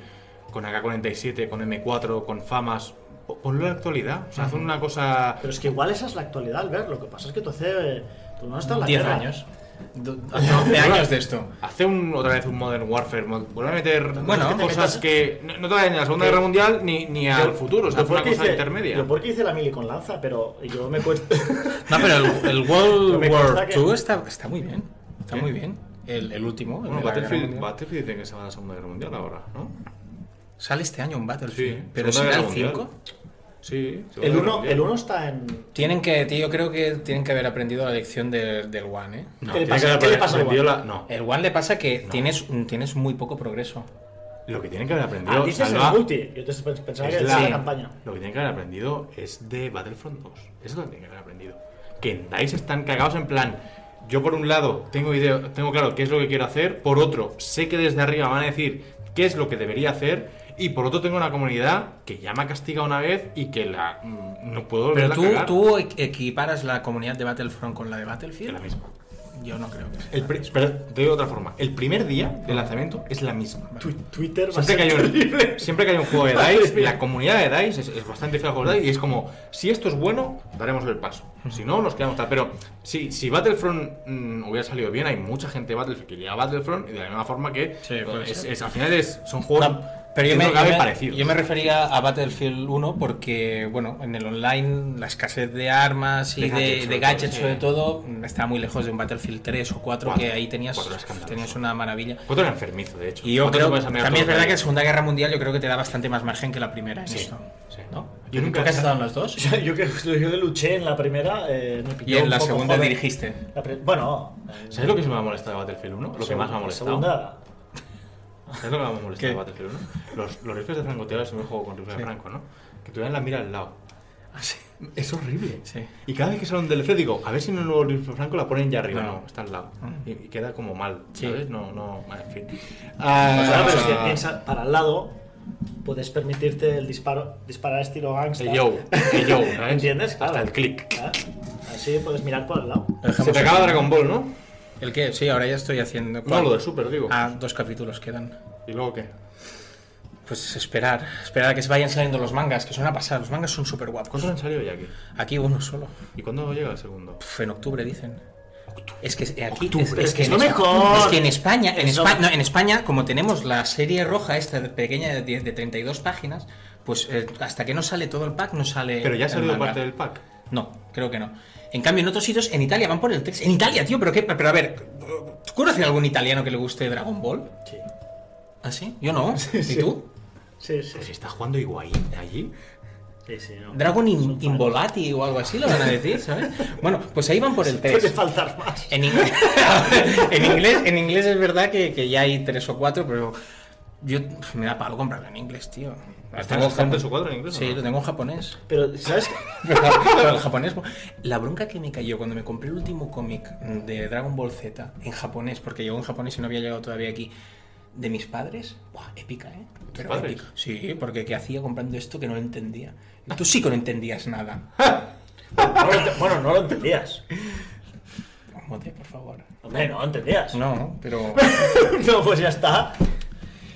con AK-47, con M4, con famas. Po- Ponlo en la actualidad. O sea, haz una cosa.
Pero es que igual esa es la actualidad, Albert. Lo que pasa es que tú hace. Tú no estás en la
10
guerra.
años. Do- Hace 11 años de esto.
Hace un, otra vez un Modern Warfare. mo- Vuelve a meter
Bueno,
cosas
te
metas-
que no, no te vayan ni a la Segunda Guerra Mundial ni, ni al futuro. O sea,
Yo
fue una
porque
cosa
hice-
intermedia.
Yo porque hice la mili con lanza, pero yo me cuesta.
No, pero el, el
Pero
World
me consta
War
que-
II está, está muy bien. Está
¿Sí?
muy bien. El, el último. el
Bueno,
de la Guerra
Battlefield,
Mundial.
Battlefield dicen que se va a la Segunda Guerra Mundial ahora, ¿no?
Sale este año un Battlefield.
Sí,
pero
Segunda
será el
Guerra Mundial.
5.
Sí.
El 1 el uno está en.
Tienen que, tío, yo creo que tienen que haber aprendido la lección de- del One, ¿eh?
No,
¿Qué le
tiene
pasa-
que haber
qué le pasa al
aprendido
One?
la- No,
El One le pasa que tienes, tienes muy poco progreso.
lo que tienen que haber aprendido.
Ah, dices
Salva,
el multi. Yo te pens- pensaba
es
que
la-
decía la campaña.
Lo que tienen que haber aprendido es de Battlefront 2. Eso es lo que tienen que haber aprendido. Que en DICE están cagados en plan. Yo, por un lado, tengo, idea, tengo claro qué es lo que quiero hacer. Por otro, sé que desde arriba van a decir qué es lo que debería hacer. Y por otro, tengo una comunidad que ya me ha castigado una vez y que la. mm, No puedo
Pero
volverla a
tú,
cagar.
tú equ- equiparas la comunidad de Battlefront con la de
Es la
Battlefield.
misma.
Yo no creo que sea.
El pri- espera, te digo de otra forma. El primer día de lanzamiento es la misma.
Tu- Twitter va a
Siempre que, hay
ser
un,
terrible.
siempre que hay un juego de
Madre
DICE,
mía.
la comunidad de DICE es, es bastante fiel al juego de DICE y es como, si esto es bueno, daremos el paso. Si no, nos quedamos tal. Pero si, si Battlefront mm, hubiera salido bien, hay mucha gente de Battlefront que llega a Battlefront y de la misma forma que pues,
Sí, puede
es-
ser.
es- al final es, son juegos
No, pero yo
dentro
me,
de lo que cabe
yo me-
parecidos.
yo me refería a Battlefield 1 porque, bueno, en el online la escasez de armas y
De gadgets,
de,
sobre
de gadgets
todo,
sobre
sí.
todo está muy lejos de un Battlefield 3 o 4
Cuatro.
que ahí tenías,
Cuatro era escandaloso.
tenías una maravilla.
Cuatro era enfermizo, de hecho.
Y yo
Cuatro te
creo,
puedes amigar
también es
todo
verdad
el
que la
día.
Segunda Guerra Mundial yo creo que te da bastante más margen que la primera en
Sí,
esto.
sí.
¿no?
Yo
¿Tú
nunca-
que has estado en las dos?
Yo que yo que luché en la primera, eh, me pilló
Y en
un
la
poco
segunda
joven.
dirigiste.
La pre- bueno, eh,
¿Sabes lo que se me ha molestado de Battlefield 1? Lo que más me ha
la
molestado.
Segunda,
¿Sabes lo que me ha molestado
¿Qué?
de Battlefield 1? Los, los rifles de francotiradores en un juego con rifles de franco, ¿no? Que tuvieran la mira al lado. Es horrible.
Sí.
Y cada vez que sale un DLC digo, a ver si en el nuevo libro franco la ponen ya arriba.
No.
No, está al lado.
Mm.
Y, y queda como mal,
Sí.
¿sabes? No, no, en fin.
O sea, pero si
Ah,
piensa- para el lado, puedes permitirte el disparo, disparar estilo gangsta.
Hey yo, hey yo, ¿sabes?
¿Entiendes? Claro.
Hasta el click.
¿eh? Así puedes mirar por el lado.
Se te acaba Dragon Ball, ¿no?
¿El qué? Sí, ahora ya estoy haciendo.
No, lo de Super, digo.
Ah, dos capítulos quedan.
¿Y luego qué?
Pues esperar, esperar a que se vayan saliendo los mangas, que son a pasar. Los mangas son súper guapos.
¿Cuántos han salido ya aquí?
Aquí uno solo.
¿Y cuándo llega el segundo?
Pf, en octubre dicen. Es que aquí es,
Octubre.
es que
Es
en
lo
Espa-
mejor.
es que en España, en
Es lo
Espa-
mejor.
no, en España, como tenemos la serie roja esta de pequeña de, 10 de 32 páginas, pues eh, hasta que no sale todo el pack no sale
Pero ya ha
Eh, el
salido
manga.
parte del pack.
No, creo que no. En cambio, en otros sitios, en Italia van por el 3. En Italia, tío, pero qué pero a ver, ¿tú conoces algún italiano que le guste Dragon Ball?
Sí.
¿Ah, sí? Yo no. ¿Y
sí.
tú?
Sí, sí.
Pues si está jugando Higuaín allí.
Sí, sí, no.
Dragon in- Involati o algo así lo van a decir, ¿sabes? Bueno, pues ahí van por el
Puede
3.
faltar más.
En, ing- en inglés, en inglés es verdad que, que ya hay 3 o 4, pero yo me da palo comprarlo en inglés, tío. Lo
¿Están
tengo en
en
japonés.
tres o cuatro en inglés? o
Sí,
no?
lo tengo en japonés.
Pero, ¿sabes?
Pero en japonés. La bronca que me cayó cuando me compré el último cómic de Dragon Ball Z en japonés, porque llegó en japonés y no había llegado todavía aquí, de mis padres, ¡buah, épica, eh! Pero
padres?
épica. Sí, porque ¿qué hacía comprando esto que no lo entendía? Tú sí que no entendías nada.
No lo ent- bueno, no lo entendías.
Mote, por favor.
Hombre, no lo entendías.
No, pero.
No, pues ya está.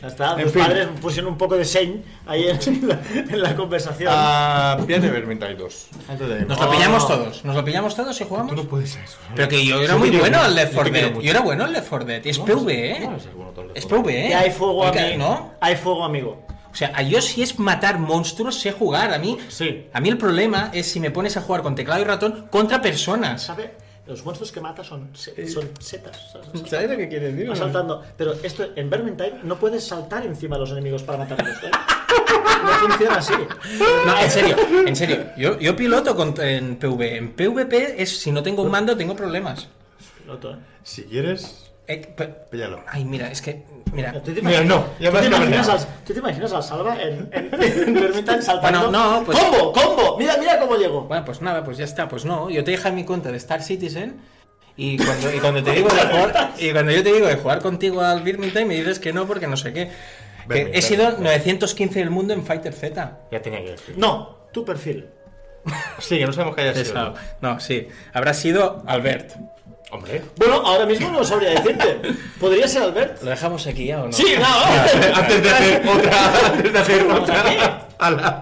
Ya está.
En
Mis
fin.
padres pusieron un poco de sein ahí en la, en la conversación.
Ah, Pierde Vermintide 2. Antes de
Nos
Ah,
lo pillamos
no.
todos. Nos lo pillamos todos y jugamos.
Tú no puedes ser eso.
Pero que yo era
Yo
muy
te quiero
bueno
mucho,
al
yo
Left
te
4
quiero
Dead.
mucho.
Yo era bueno al Left 4 Dead. Es PvE, eh.
No, es el bueno todo el de
Es
todo.
PvE, eh.
Ya hay fuego
Porque-
amigo.
¿No?
Hay fuego amigo.
O sea, a yo si es matar monstruos, sé jugar. A mí,
Sí.
a mí el problema es si me pones a jugar con teclado y ratón contra personas.
¿Sabe? Los monstruos que mata son, se- son setas. ¿sabes?
¿Sabes lo que quieres decir?
Va saltando. Pero esto, en Vermintide no puedes saltar encima de los enemigos para matarlos. ¿eh? No funciona así.
No, en serio, en serio. Yo, yo piloto con- en PvE. En PvP es si no tengo un mando, tengo problemas.
Noto, ¿eh?
Si quieres,
Eh, pe-
píllalo.
ay, mira, es que. Mira.
¿Tú te
Mira,
imaginas-
no, ya
¿tú
me has
te imaginas
cabreado.
al- ¿Tú te imaginas al Salva en, en, en Vermintide saltando?
Bueno, no, pues-
¡Combo! ¡Combo! Mira, mira cómo llego.
Bueno, pues nada, pues ya está. Pues no, yo te dejé mi cuenta de Star Citizen. Y cuando, y cuando te digo de jugar, y cuando yo te digo de jugar contigo al Birmingham, me dices que no porque no sé qué. Que
Birmingham.
he sido 915 del mundo en Fighter Z.
Ya tenía que decir.
No, tu perfil.
Sí, que no sabemos qué haya sido.
Pesado. No, sí. Habrá sido Albert.
Hombre.
Bueno, ahora mismo no sabría decirte. ¿Podría ser Albert?
¿Lo dejamos aquí ya o no?
Sí, no.
Antes de hacer otra. Antes de hacer otra. Ala.